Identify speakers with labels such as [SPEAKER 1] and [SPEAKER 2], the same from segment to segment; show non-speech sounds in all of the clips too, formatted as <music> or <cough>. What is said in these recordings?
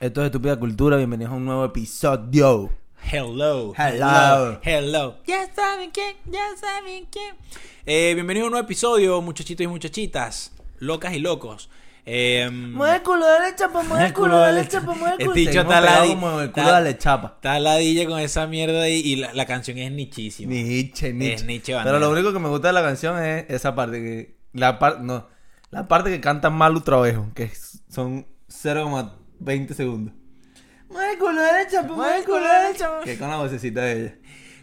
[SPEAKER 1] Esto es Estúpida Cultura, bienvenidos a un nuevo episodio. Hello.
[SPEAKER 2] Hello. Hello. Hello. Ya saben quién, ya saben quién. Eh, bienvenido a un nuevo episodio, muchachitos y muchachitas, locas y locos. Eh,
[SPEAKER 1] Muéculo, dale chapa,
[SPEAKER 2] Muéculo, dale chapa, muéculo.
[SPEAKER 1] Este
[SPEAKER 2] Seguimos pegados
[SPEAKER 1] como el culo, dale chapa.
[SPEAKER 2] está ladilla con esa mierda ahí y la, la canción es nichísima.
[SPEAKER 1] Nietzsche, Nietzsche.
[SPEAKER 2] Nietzsche
[SPEAKER 1] Pero
[SPEAKER 2] Bandera.
[SPEAKER 1] lo único que me gusta de la canción es esa parte que. La parte. No. La parte que canta Malu Travejo, que es- son 0,20 segundos. Muéculo, dale chapa,
[SPEAKER 2] Muéculo, dale chapa.
[SPEAKER 1] Que con la vocecita de ella.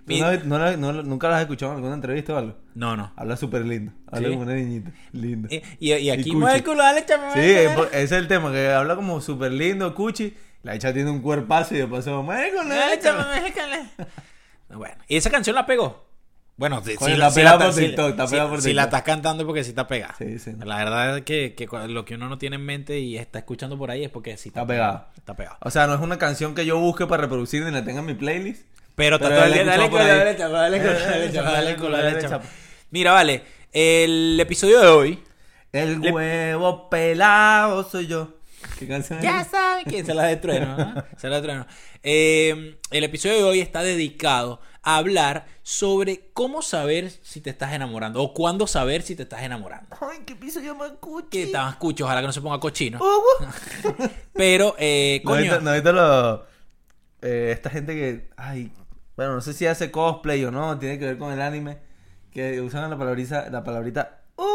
[SPEAKER 1] ¿Tú
[SPEAKER 2] Mi-
[SPEAKER 1] no la- no la- no la- ¿Nunca la has escuchado en alguna entrevista o algo?
[SPEAKER 2] No, no.
[SPEAKER 1] Habla súper lindo. Habla
[SPEAKER 2] Sí.
[SPEAKER 1] como una niñita. Linda.
[SPEAKER 2] Eh, y, y aquí,
[SPEAKER 1] cucho.
[SPEAKER 2] muéculo, dale chapa,
[SPEAKER 1] Sí,
[SPEAKER 2] muéculo, dale.
[SPEAKER 1] es- ese es el tema, que habla como súper lindo, cuchi. La hecha tiene un cuerpazo y de paso, "Michael, la
[SPEAKER 2] Dale,
[SPEAKER 1] hecha".
[SPEAKER 2] chapa, muécale.
[SPEAKER 1] <laughs>
[SPEAKER 2] Bueno, ¿y esa canción la pegó? Bueno, si,
[SPEAKER 1] Coño,
[SPEAKER 2] si-
[SPEAKER 1] la
[SPEAKER 2] si
[SPEAKER 1] pega por
[SPEAKER 2] ta- si-
[SPEAKER 1] TikTok, la
[SPEAKER 2] si-
[SPEAKER 1] pega por
[SPEAKER 2] si la
[SPEAKER 1] TikTok.
[SPEAKER 2] estás cantando es porque sí está pegada.
[SPEAKER 1] Sí, sí.
[SPEAKER 2] La verdad es que, que cu- lo que uno no tiene en mente y está escuchando por ahí es porque sí
[SPEAKER 1] Está pegada.
[SPEAKER 2] Está pegada.
[SPEAKER 1] O sea, no es una canción que yo busque para reproducir ni la tenga en mi playlist.
[SPEAKER 2] Pero está
[SPEAKER 1] Pero
[SPEAKER 2] todo el
[SPEAKER 1] dale,
[SPEAKER 2] día, dale,
[SPEAKER 1] escuchado por
[SPEAKER 2] cola,
[SPEAKER 1] ahí.
[SPEAKER 2] dale, chapa, dale, cola,
[SPEAKER 1] Eh,
[SPEAKER 2] <laughs> dale, chapa, dale, cola, dale,
[SPEAKER 1] chapa.
[SPEAKER 2] chapa. Mira, vale, el episodio de hoy.
[SPEAKER 1] El
[SPEAKER 2] Le-
[SPEAKER 1] huevo pelado soy yo. ¿Qué canción
[SPEAKER 2] Ya
[SPEAKER 1] es?
[SPEAKER 2] saben quién se la de trueno, ¿no? <laughs> Se la de trueno. Eh, el episodio de hoy está dedicado a hablar sobre cómo saber si te estás enamorando o cuándo saber si te estás enamorando.
[SPEAKER 1] Ay, qué piso yo más
[SPEAKER 2] que
[SPEAKER 1] cuchi.
[SPEAKER 2] estaban cucho, ojalá que no se ponga cochino.
[SPEAKER 1] Uh,
[SPEAKER 2] <laughs>
[SPEAKER 1] uh.
[SPEAKER 2] Pero, eh,
[SPEAKER 1] ¿No
[SPEAKER 2] coño,
[SPEAKER 1] viste- no viste lo- eh, esta gente que, ay, bueno, no sé si hace cosplay o no, tiene que ver con el anime, que usan la palabrita, la palabrita, uh, uh.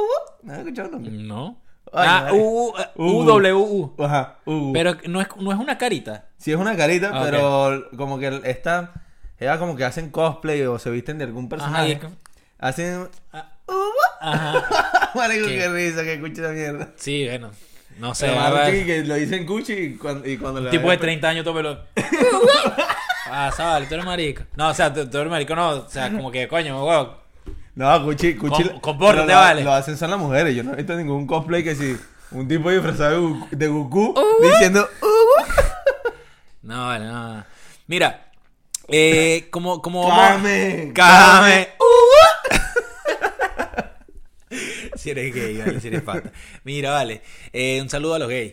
[SPEAKER 1] ¿No has escuchado nunca?
[SPEAKER 2] no.
[SPEAKER 1] Ay,
[SPEAKER 2] ah,
[SPEAKER 1] ay.
[SPEAKER 2] U,
[SPEAKER 1] Uh.
[SPEAKER 2] U, W, U.
[SPEAKER 1] Ajá, uh.
[SPEAKER 2] Pero no es, no es una carita.
[SPEAKER 1] Sí, es una carita,
[SPEAKER 2] Ah, ok.
[SPEAKER 1] pero como que esta. Era como que hacen cosplay o se visten de algún personaje.
[SPEAKER 2] Ajá, y-
[SPEAKER 1] Hacen.
[SPEAKER 2] Ah,
[SPEAKER 1] <laughs> Uh,
[SPEAKER 2] Ajá.
[SPEAKER 1] Marico,
[SPEAKER 2] ¿Qué?
[SPEAKER 1] qué risa, que escucha la mierda.
[SPEAKER 2] Sí, bueno. No sé.
[SPEAKER 1] Pero más
[SPEAKER 2] ahora-
[SPEAKER 1] cuchi que lo dicen cuchi y cuando, y cuando
[SPEAKER 2] un
[SPEAKER 1] lo
[SPEAKER 2] tipo de 30 años, todo pelón. Ah, vale, tú eres marico. No, o sea, tú, tú eres marico, no. O sea, como que, coño, weón.
[SPEAKER 1] No, cuchi, cuchi.
[SPEAKER 2] Com- compórtate,
[SPEAKER 1] pero lo-
[SPEAKER 2] vale.
[SPEAKER 1] Lo hacen son las mujeres. Yo no he visto ningún cosplay que si un tipo disfrazado de Goku, de Goku diciendo. Uh,
[SPEAKER 2] No, vale, no. no. Mira, eh, como, como.
[SPEAKER 1] Came,
[SPEAKER 2] Came. <laughs> si eres gay, vale, si eres pata. Mira, vale. eh, un saludo a los gays.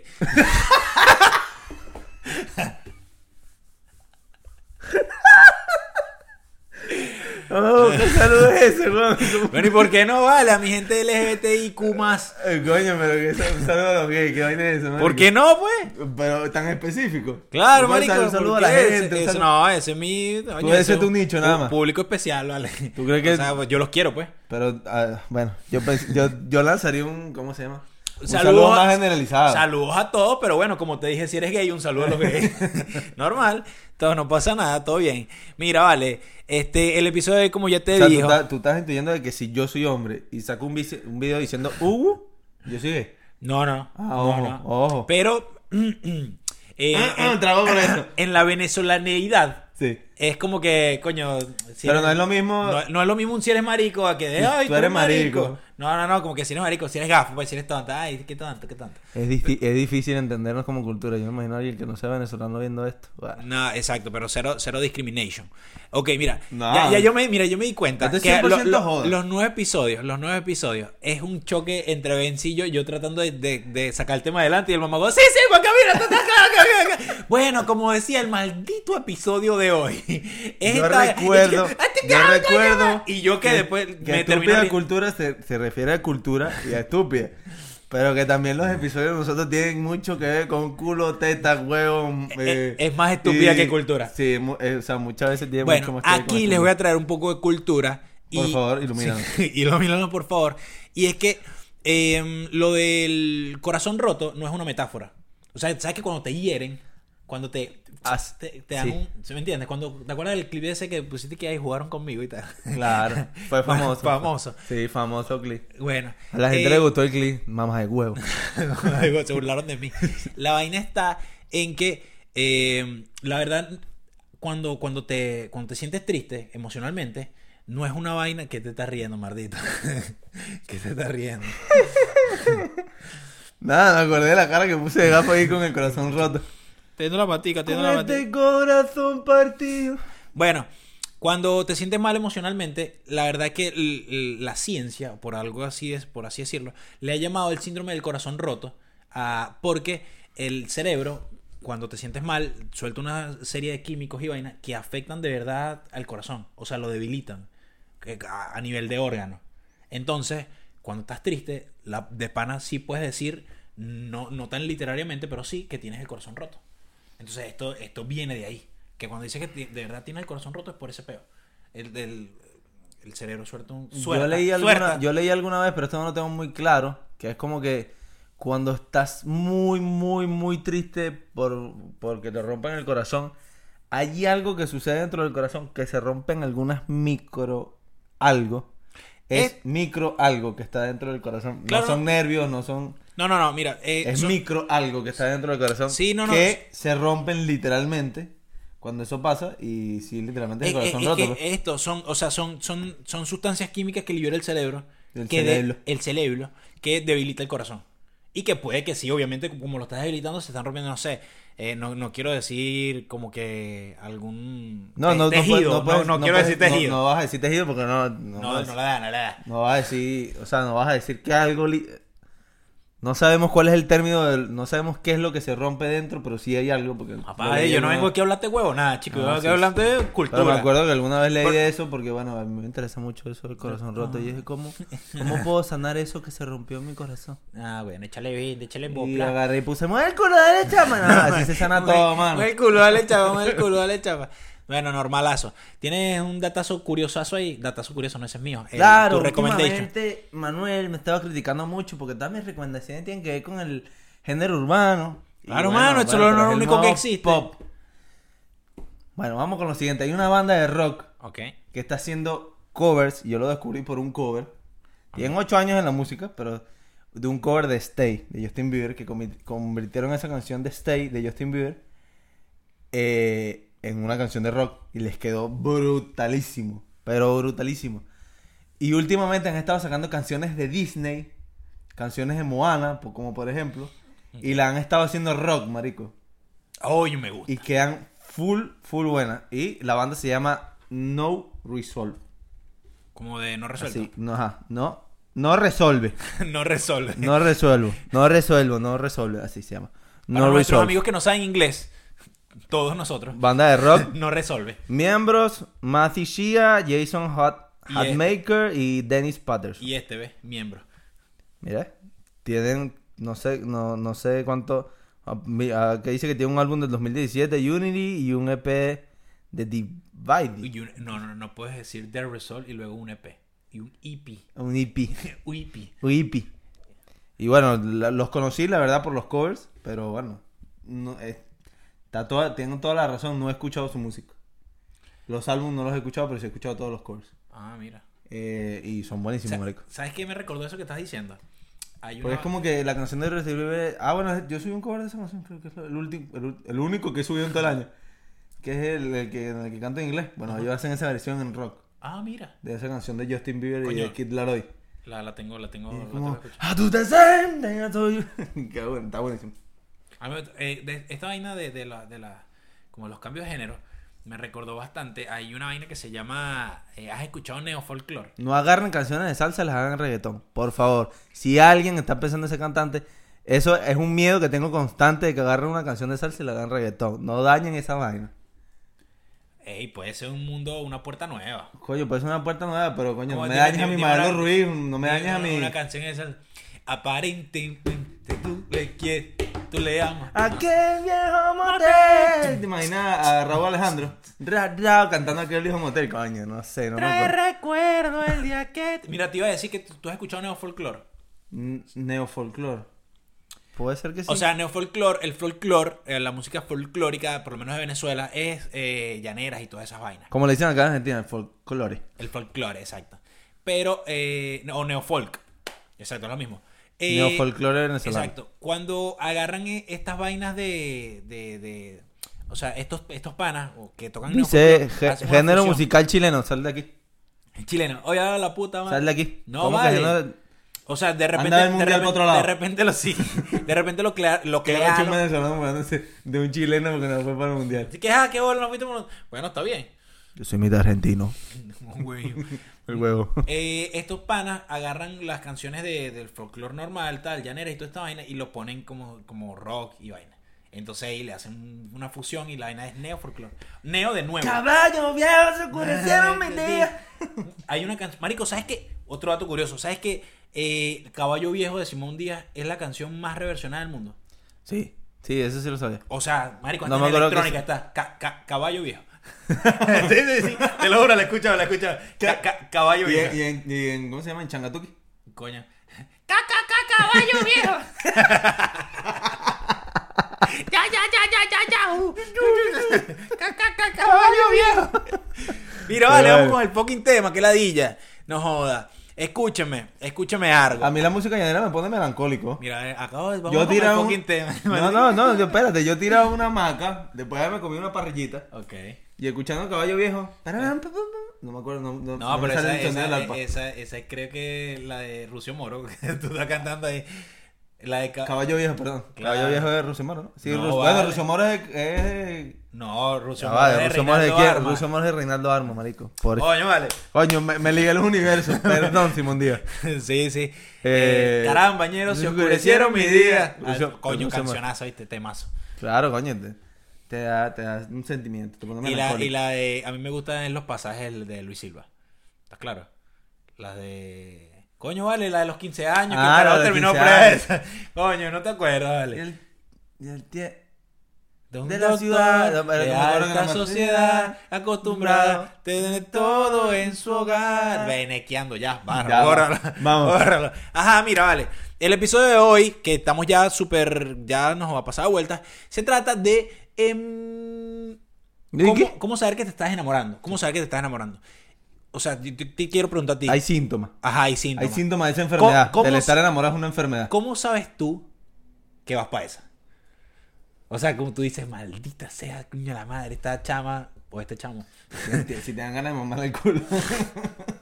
[SPEAKER 2] Uh.
[SPEAKER 1] oh, qué saludo es ese, weón. <laughs>
[SPEAKER 2] Bueno, ¿y por qué no vale a mi gente LGBTIQ más?
[SPEAKER 1] Eh, Coño, pero que sal- un saludo a los gays, que vaina es eso,
[SPEAKER 2] ¿Por qué no, pues?
[SPEAKER 1] Pero tan específico.
[SPEAKER 2] Claro,
[SPEAKER 1] Un
[SPEAKER 2] marico.
[SPEAKER 1] sal- Un saludo a la
[SPEAKER 2] porque
[SPEAKER 1] gente.
[SPEAKER 2] ese-
[SPEAKER 1] un
[SPEAKER 2] eso
[SPEAKER 1] saludo-
[SPEAKER 2] no, ese es mi. coño,
[SPEAKER 1] ese
[SPEAKER 2] ese
[SPEAKER 1] es tu
[SPEAKER 2] un-
[SPEAKER 1] nicho, nada
[SPEAKER 2] un
[SPEAKER 1] más.
[SPEAKER 2] Público especial, vale.
[SPEAKER 1] ¿Tú crees que-
[SPEAKER 2] O sea, pues, yo los quiero, pues.
[SPEAKER 1] Pero, ah, bueno, yo, pens- yo, yo lanzaría un. ¿Cómo se llama? Un saludo,
[SPEAKER 2] a-
[SPEAKER 1] más generalizado.
[SPEAKER 2] Saludos a todos, pero bueno, como te dije, si eres gay, un saludo a los gays.
[SPEAKER 1] <laughs>
[SPEAKER 2] <laughs> Normal, todo no pasa nada, todo bien. Mira, vale, este, el episodio de como ya
[SPEAKER 1] O
[SPEAKER 2] te
[SPEAKER 1] sea, tú,
[SPEAKER 2] dijo.
[SPEAKER 1] estás- tú estás intuyendo de que si yo soy hombre y saco un, vice- un video diciendo Hugo, yo soy gay.
[SPEAKER 2] No, no.
[SPEAKER 1] Ah,
[SPEAKER 2] no,
[SPEAKER 1] ojo,
[SPEAKER 2] no.
[SPEAKER 1] ojo.
[SPEAKER 2] Pero <clears throat> eh,
[SPEAKER 1] Ah,
[SPEAKER 2] en,
[SPEAKER 1] trago con eso.
[SPEAKER 2] en la venezolaneidad
[SPEAKER 1] Sí.
[SPEAKER 2] es como que, coño. si
[SPEAKER 1] Pero
[SPEAKER 2] eres-
[SPEAKER 1] no es lo mismo.
[SPEAKER 2] No, no es lo mismo un si eres marico a que de,
[SPEAKER 1] Tú-
[SPEAKER 2] ay,
[SPEAKER 1] tú eres marico.
[SPEAKER 2] No, no, no, como que si eres marico, si eres gafo, pues si eres tonta, ay, qué tonto, qué tonto.
[SPEAKER 1] Es, difi- es difícil entendernos como cultura. Yo me imagino a alguien que no sea venezolano viendo esto. Buah.
[SPEAKER 2] No, exacto, pero cero, cero discrimination. Ok, mira,
[SPEAKER 1] No.
[SPEAKER 2] ya, ya yo me, mira, yo me di cuenta
[SPEAKER 1] Esto es
[SPEAKER 2] que
[SPEAKER 1] 100% joda.
[SPEAKER 2] los nueve episodios, los nueve episodios, es un choque entre Bencillo y yo tratando de, de- de sacar el tema adelante y el mamá sí, sí, porque mira, ta, ta, ta, ta, ta, ta". bueno, como decía, el maldito episodio de hoy. es
[SPEAKER 1] Yo <laughs>
[SPEAKER 2] esta-
[SPEAKER 1] recuerdo,
[SPEAKER 2] <laughs> es que- ah, te-
[SPEAKER 1] yo
[SPEAKER 2] ah, te-
[SPEAKER 1] recuerdo
[SPEAKER 2] Y yo que, después
[SPEAKER 1] que
[SPEAKER 2] me terminé
[SPEAKER 1] estúpida
[SPEAKER 2] ri-
[SPEAKER 1] cultura se, se refiere a cultura y a estúpida. Pero que también los episodios de nosotros tienen mucho que ver con culo, teta, huevo. eh,
[SPEAKER 2] es más estúpida que cultura.
[SPEAKER 1] Sí, mu- eh, o sea, muchas veces tiene mucho
[SPEAKER 2] Bueno,
[SPEAKER 1] más que ver con
[SPEAKER 2] aquí les
[SPEAKER 1] estúpida.
[SPEAKER 2] voy a traer un poco de cultura. y-
[SPEAKER 1] Por favor, ilumínanos.
[SPEAKER 2] Sí, <laughs> ilumínanos, por favor. Y es que em, lo del corazón roto no es una metáfora. O sea, ¿sabes que cuando te hieren, cuando te.
[SPEAKER 1] As-
[SPEAKER 2] te, te dan
[SPEAKER 1] sí.
[SPEAKER 2] un. ¿Se me entiendes? Cuando, ¿Te acuerdas del clip ese que pusiste que ahí jugaron conmigo y tal? <laughs>
[SPEAKER 1] Claro, fue
[SPEAKER 2] Bueno,
[SPEAKER 1] famoso.
[SPEAKER 2] famoso.
[SPEAKER 1] Sí, famoso clip.
[SPEAKER 2] Bueno.
[SPEAKER 1] A la gente
[SPEAKER 2] eh,
[SPEAKER 1] le gustó el clip, mamá de huevo.
[SPEAKER 2] <laughs> Digo, se burlaron de mí. La vaina está en que, eh, la verdad, cuando, cuando, te, cuando te sientes triste emocionalmente, no es una vaina que te estás riendo, mardito. <laughs> que te estás riendo.
[SPEAKER 1] Nada, me acordé de la cara que puse de gafo ahí con el corazón roto.
[SPEAKER 2] Teniendo la patica,
[SPEAKER 1] Con
[SPEAKER 2] teniendo la patica.
[SPEAKER 1] este corazón partido.
[SPEAKER 2] Bueno, cuando te sientes mal emocionalmente, la verdad es que l- l- la ciencia, por algo así es, por así decirlo, le ha llamado el síndrome del corazón roto, ah, porque el cerebro cuando te sientes mal, suelta una serie de químicos y vainas que afectan de verdad al corazón. O sea, lo debilitan que- a a nivel de órgano. Entonces, cuando estás triste, la, de pana sí puedes decir, no, no tan literariamente, pero sí que tienes el corazón roto. Entonces, esto, esto viene de ahí. Que cuando dices que ti- de verdad tienes el corazón roto es por ese peo. El, del- el cerebro suelta un. Suelta,
[SPEAKER 1] yo, leí alguna,
[SPEAKER 2] suelta.
[SPEAKER 1] yo leí alguna vez, pero esto no lo tengo muy claro, que es como que cuando estás muy, muy, muy triste por, porque te rompen el corazón, hay algo que sucede dentro del corazón que se rompen algunas micro algo. Es
[SPEAKER 2] Eh.
[SPEAKER 1] micro algo que está dentro del corazón.
[SPEAKER 2] Claro.
[SPEAKER 1] No son nervios, no son...
[SPEAKER 2] No, no, no, mira. eh,
[SPEAKER 1] Es
[SPEAKER 2] son-
[SPEAKER 1] micro algo que está dentro del corazón
[SPEAKER 2] Sí, no, no.
[SPEAKER 1] que se rompen literalmente cuando eso pasa y sí, literalmente el
[SPEAKER 2] Eh, eh,
[SPEAKER 1] corazón
[SPEAKER 2] es
[SPEAKER 1] roto.
[SPEAKER 2] que
[SPEAKER 1] pues.
[SPEAKER 2] esto son, o sea, son, son, son sustancias químicas que libera el cerebro,
[SPEAKER 1] El
[SPEAKER 2] que de-
[SPEAKER 1] cerebro.
[SPEAKER 2] el cerebro, que debilita el corazón. Y que puede que sí, obviamente, como lo estás debilitando, se están rompiendo, no sé, eh, no, no quiero decir como que algún
[SPEAKER 1] No,
[SPEAKER 2] te-
[SPEAKER 1] no, no
[SPEAKER 2] tejido,
[SPEAKER 1] puedes- no, puedes-
[SPEAKER 2] no, no quiero
[SPEAKER 1] puedes-
[SPEAKER 2] decir
[SPEAKER 1] no-
[SPEAKER 2] tejido.
[SPEAKER 1] No, vas a decir tejido porque no. No, vas,
[SPEAKER 2] No,
[SPEAKER 1] a
[SPEAKER 2] no
[SPEAKER 1] decir-
[SPEAKER 2] la da, no la da.
[SPEAKER 1] no vas a decir. O sea, no vas a decir que algo. li- No sabemos cuál es el término. del- no sabemos qué es lo que se rompe dentro, pero sí hay algo. Porque
[SPEAKER 2] Papá, eh, yo no vengo aquí a hablarte huevo, nada, chico, yo
[SPEAKER 1] No,
[SPEAKER 2] vengo aquí
[SPEAKER 1] sí,
[SPEAKER 2] a hablarte de cultura.
[SPEAKER 1] Pero me acuerdo que alguna vez leí
[SPEAKER 2] Por-
[SPEAKER 1] de eso porque, bueno, a mí me interesa mucho eso del corazón roto. Y dije,
[SPEAKER 2] <laughs>
[SPEAKER 1] ¿cómo, ¿cómo puedo sanar eso que se rompió en mi corazón?
[SPEAKER 2] Ah, bueno, échale bien, échale
[SPEAKER 1] Y
[SPEAKER 2] bopla.
[SPEAKER 1] agarré y puse, mueve el culo derecha,
[SPEAKER 2] <laughs>
[SPEAKER 1] mano. Así se sana todo,
[SPEAKER 2] Mueve-
[SPEAKER 1] mano.
[SPEAKER 2] mueve el culo, dale chapa, mueve el culo, dale chapa. Bueno, normalazo. Tienes un datazo curiosazo ahí. Datazo curioso, no ese es mío. El-
[SPEAKER 1] Claro,
[SPEAKER 2] Eh, tu recommendation.
[SPEAKER 1] últimamente Manuel me estaba criticando mucho porque todas mis recomendaciones tienen que ver con el género urbano. Y
[SPEAKER 2] Claro, mano, eso es lo
[SPEAKER 1] pero el
[SPEAKER 2] único que
[SPEAKER 1] nuevo
[SPEAKER 2] existe.
[SPEAKER 1] Pop. Bueno, vamos con lo siguiente. Hay una banda de rock
[SPEAKER 2] Ok.
[SPEAKER 1] que está haciendo covers, y yo lo descubrí por un cover. Tienen ocho años en la música, pero de un cover de Stay, de Justin Bieber, que comi- convirtieron esa canción de Stay, de Justin Bieber, eh, en una canción de rock. Y les quedó brutalísimo, pero brutalísimo. Y últimamente han estado sacando canciones de Disney, canciones de Moana, po- como por ejemplo, y la han estado haciendo rock, marico.
[SPEAKER 2] Oh, yo me gusta.
[SPEAKER 1] Y quedan full, full buenas. Y la banda se llama No Resolve.
[SPEAKER 2] Como de no resuelto.
[SPEAKER 1] Así, no, ajá, no, no resolve,
[SPEAKER 2] <laughs> no resuelve.
[SPEAKER 1] no resuelvo, no resuelvo, no resuelve, así se llama.
[SPEAKER 2] Para
[SPEAKER 1] No
[SPEAKER 2] nuestros
[SPEAKER 1] resolve.
[SPEAKER 2] amigos que no saben inglés, todos nosotros,
[SPEAKER 1] Banda de rock.
[SPEAKER 2] no resuelve.
[SPEAKER 1] Miembros: Matthew Shea, Jason Hot,
[SPEAKER 2] Y
[SPEAKER 1] Hatmaker y Dennis Patterson.
[SPEAKER 2] Y este, ¿ves? Miembro.
[SPEAKER 1] Mira, tienen, no sé, no, no sé cuánto. ah, mi- ah, que dice que tiene un álbum del 2017, Unity, y un EP de Divide.
[SPEAKER 2] Y un- no, no, no puedes decir The Result y luego un EP. Y un E <laughs> EP.
[SPEAKER 1] Un E EP.
[SPEAKER 2] Un EP.
[SPEAKER 1] Un EP. Y bueno, la- los conocí, la verdad, por los covers, pero bueno, no, eh, está toda, tengo toda la razón, no he escuchado su música. Los álbumes no los he escuchado, pero sí he escuchado todos los covers.
[SPEAKER 2] Ah, mira.
[SPEAKER 1] Eh, y son
[SPEAKER 2] Sa-
[SPEAKER 1] buenísimos, marico.
[SPEAKER 2] ¿Sabes qué me recordó eso que estás diciendo? Hay
[SPEAKER 1] Porque
[SPEAKER 2] una-
[SPEAKER 1] es como que la canción de Irreversible... Ah, bueno, yo subí un cover de esa canción, creo que es lo- el, último, el, ul- el único que he subido en todo el año. Que es el, el que, en el que canta en inglés. Bueno, ellos hacen esa versión en rock.
[SPEAKER 2] Ah, mira.
[SPEAKER 1] De esa canción de Justin Bieber y
[SPEAKER 2] Coño.
[SPEAKER 1] de Kid Laroi.
[SPEAKER 2] La, la tengo, la tengo.
[SPEAKER 1] Y
[SPEAKER 2] la
[SPEAKER 1] es
[SPEAKER 2] tengo
[SPEAKER 1] como...
[SPEAKER 2] escuchada.
[SPEAKER 1] "Ah, tú te sientes, yo soy-" <laughs> Qué bueno, está buenísimo.
[SPEAKER 2] A mí me- eh, de- esta vaina de, de la, de la- como los cambios de género me recordó bastante. Hay una vaina que se llama. eh, ¿Has escuchado neofolklore?
[SPEAKER 1] No agarren canciones de salsa, las hagan reggaetón. Por favor. Si alguien está pensando en ser cantante, eso es un miedo que tengo constante de que agarren una canción de salsa y la hagan reggaetón. No dañen esa vaina.
[SPEAKER 2] Ey, puede ser un mundo, una puerta nueva.
[SPEAKER 1] Coño, puede ser una puerta nueva, pero coño, no
[SPEAKER 2] Como
[SPEAKER 1] me
[SPEAKER 2] tiene-
[SPEAKER 1] dañes a mi
[SPEAKER 2] tiene una-
[SPEAKER 1] Manuel Ruiz, no me dañes a
[SPEAKER 2] una-
[SPEAKER 1] mi.
[SPEAKER 2] Una canción esa. Aparentemente tú le quieres, tú le amas.
[SPEAKER 1] Aquel viejo motel. ¿Te imaginas a Raúl Alejandro? Ra, ra, cantando aquel viejo motel, coño, no sé, no me
[SPEAKER 2] Trae
[SPEAKER 1] acuerdo.
[SPEAKER 2] recuerdo el día que. te- Mira, te iba a decir que tú, tú has escuchado neofolklore.
[SPEAKER 1] N- Neofolclor. Puede ser que sí.
[SPEAKER 2] O sea, neofolklore, el folklore, eh, la música folclórica, por lo menos de Venezuela, es eh, llaneras y todas esas vainas.
[SPEAKER 1] como le dicen acá en Argentina, el folclore.
[SPEAKER 2] El folclore, exacto. Pero, eh, no- o neofolk. Exacto, es lo mismo. Eh,
[SPEAKER 1] Neofolclore venezolano.
[SPEAKER 2] Exacto. Cuando agarran eh, estas vainas de. de, de- o sea, estos, estos panas o que tocan
[SPEAKER 1] Dice
[SPEAKER 2] Ah, neofolclore,
[SPEAKER 1] eh, "Gé-
[SPEAKER 2] hacen una
[SPEAKER 1] género
[SPEAKER 2] fusión.
[SPEAKER 1] musical chileno, sal de aquí.
[SPEAKER 2] Chileno. Oye, ahora la puta madre.
[SPEAKER 1] Sal de aquí.
[SPEAKER 2] No,
[SPEAKER 1] ¿Cómo que
[SPEAKER 2] vale.
[SPEAKER 1] género-
[SPEAKER 2] O sea, de repente.
[SPEAKER 1] Anda del
[SPEAKER 2] de,
[SPEAKER 1] mundial
[SPEAKER 2] repente
[SPEAKER 1] pa' otro lado.
[SPEAKER 2] de repente lo sí. De repente lo, clea- lo
[SPEAKER 1] Qué
[SPEAKER 2] crearon.
[SPEAKER 1] arrecho un venezolano burlándose de un chileno porque no fue para el mundial.
[SPEAKER 2] Así que, ah, qué bola, no fuiste por- Bueno, está bien.
[SPEAKER 1] Yo soy mitad argentino.
[SPEAKER 2] Güey.
[SPEAKER 1] El
[SPEAKER 2] <laughs>
[SPEAKER 1] huevo.
[SPEAKER 2] Eh, estos panas agarran las canciones de- del folclore normal, tal, llanera y toda esta vaina, y lo ponen como, como rock y vaina. Entonces ahí le hacen una fusión y la vaina es neo folclore. Neo de nuevo.
[SPEAKER 1] Caballo, viejo, se
[SPEAKER 2] <laughs>
[SPEAKER 1] oscurecieron mis días.
[SPEAKER 2] Hay una canción. Marico, ¿sabes qué? Otro dato curioso. ¿Sabes qué? Eh, Caballo Viejo de Simón Díaz es la canción más reversionada del mundo.
[SPEAKER 1] Sí, sí, eso sí lo sabía.
[SPEAKER 2] O sea, Marico,
[SPEAKER 1] No
[SPEAKER 2] hasta
[SPEAKER 1] me
[SPEAKER 2] en
[SPEAKER 1] acuerdo que
[SPEAKER 2] electrónica está. Ca- ca- caballo Viejo. <laughs> sí, sí, sí. Te lo juro, la escuchaba, la escuchaba. Ca- ca- caballo
[SPEAKER 1] Y en,
[SPEAKER 2] Viejo.
[SPEAKER 1] y en- y en- ¿cómo se llama? En Changatuki.
[SPEAKER 2] Coño.
[SPEAKER 3] ¡Ca, ca, ca, caballo viejo! ¡Ya, ya, ya, ya, ya, ya! Uh. ¡Ca, ca, ca, caballo viejo!
[SPEAKER 2] Mira, vale, vamos
[SPEAKER 1] Vale.
[SPEAKER 2] con el fucking tema, que ladilla. No joda. Escúchame, escúchame algo.
[SPEAKER 1] A mí la música llanera me pone melancólico.
[SPEAKER 2] Mira, eh, acabo de. Vamos
[SPEAKER 1] Yo
[SPEAKER 2] con el
[SPEAKER 1] tiraba un...
[SPEAKER 2] fucking tema.
[SPEAKER 1] No, no, no, yo, espérate, yo tiraba una maca, después me comí una parrillita
[SPEAKER 2] Ok.
[SPEAKER 1] y escuchando Caballo Viejo. tararán, pum, pum, pum. No me acuerdo, no, no,
[SPEAKER 2] No,
[SPEAKER 1] no me
[SPEAKER 2] pero
[SPEAKER 1] sale
[SPEAKER 2] esa,
[SPEAKER 1] el sonido del
[SPEAKER 2] esa,
[SPEAKER 1] arpa.
[SPEAKER 2] esa, esa es creo que la de Rusio Moro, <laughs> que tú estás cantando ahí. La de... ca-
[SPEAKER 1] Caballo Viejo, perdón.
[SPEAKER 2] Claro.
[SPEAKER 1] Caballo Viejo de Rusio Moro, ¿no? Sí,
[SPEAKER 2] No,
[SPEAKER 1] Rus-
[SPEAKER 2] vale.
[SPEAKER 1] Bueno, Rusio Moro es... es...
[SPEAKER 2] No, Rusio
[SPEAKER 1] Ya
[SPEAKER 2] Moro
[SPEAKER 1] va,
[SPEAKER 2] es de
[SPEAKER 1] Rusio Moro es de
[SPEAKER 2] Reinaldo
[SPEAKER 1] quién?
[SPEAKER 2] Armas.
[SPEAKER 1] Rusio Moro es de Reinaldo Armas, marico. Por-
[SPEAKER 2] Coño, vale. <laughs>
[SPEAKER 1] Coño, me, me ligué los <laughs> universos. Perdón, Simón Díaz.
[SPEAKER 2] sí, sí.
[SPEAKER 1] Eh,
[SPEAKER 2] Eh, caramba, bañero, se
[SPEAKER 1] se
[SPEAKER 2] oscurecieron
[SPEAKER 1] oscurecieron
[SPEAKER 2] mis
[SPEAKER 1] mis
[SPEAKER 2] días.
[SPEAKER 1] días. Rusio-
[SPEAKER 2] Ah, coño,
[SPEAKER 1] Rusio Moro.
[SPEAKER 2] cancionazo, viste, temazo.
[SPEAKER 1] Claro, coño, te, te da, te da un sentimiento. Te pone
[SPEAKER 2] Y la, y
[SPEAKER 1] melancólico.
[SPEAKER 2] la de... A mí me gustan los pasajes de Luis Silva. ¿Estás claro? Las de... Coño, vale, la de los 15
[SPEAKER 1] Ah,
[SPEAKER 2] años. que el
[SPEAKER 1] la
[SPEAKER 2] carajo
[SPEAKER 1] de los
[SPEAKER 2] terminó
[SPEAKER 1] 15 años.
[SPEAKER 2] presa. <laughs> Coño, no te acuerdas, vale.
[SPEAKER 1] El- y el tie-
[SPEAKER 2] De, un
[SPEAKER 1] De la
[SPEAKER 2] doctor
[SPEAKER 1] ciudad, no, pero
[SPEAKER 2] de
[SPEAKER 1] no me acuerdo
[SPEAKER 2] alta
[SPEAKER 1] que la
[SPEAKER 2] sociedad
[SPEAKER 1] matriz-
[SPEAKER 2] acostumbrada a tener todo en su hogar. Venequeando ya, barra,
[SPEAKER 1] Ah. Ya,
[SPEAKER 2] bórralo,
[SPEAKER 1] <laughs> vamos.
[SPEAKER 2] bórralo. Ajá, mira, vale. El episodio de hoy, que estamos ya súper, ya nos va a pasar a vueltas, se trata de... em,
[SPEAKER 1] ¿De
[SPEAKER 2] ¿cómo,
[SPEAKER 1] qué?
[SPEAKER 2] cómo saber que te estás enamorando? ¿Cómo saber que te estás enamorando? O sea, yo te, te quiero preguntar a ti.
[SPEAKER 1] Hay síntomas.
[SPEAKER 2] Ajá, hay síntomas.
[SPEAKER 1] Hay síntomas de esa enfermedad.
[SPEAKER 2] ¿Cómo- cómo
[SPEAKER 1] El estar
[SPEAKER 2] se-
[SPEAKER 1] enamorado es una enfermedad.
[SPEAKER 2] ¿Cómo sabes tú que vas para esa? O sea, como tú dices, maldita sea, coño la madre, esta chama o este chamo.
[SPEAKER 1] Si te- si te dan ganas de mamar el culo.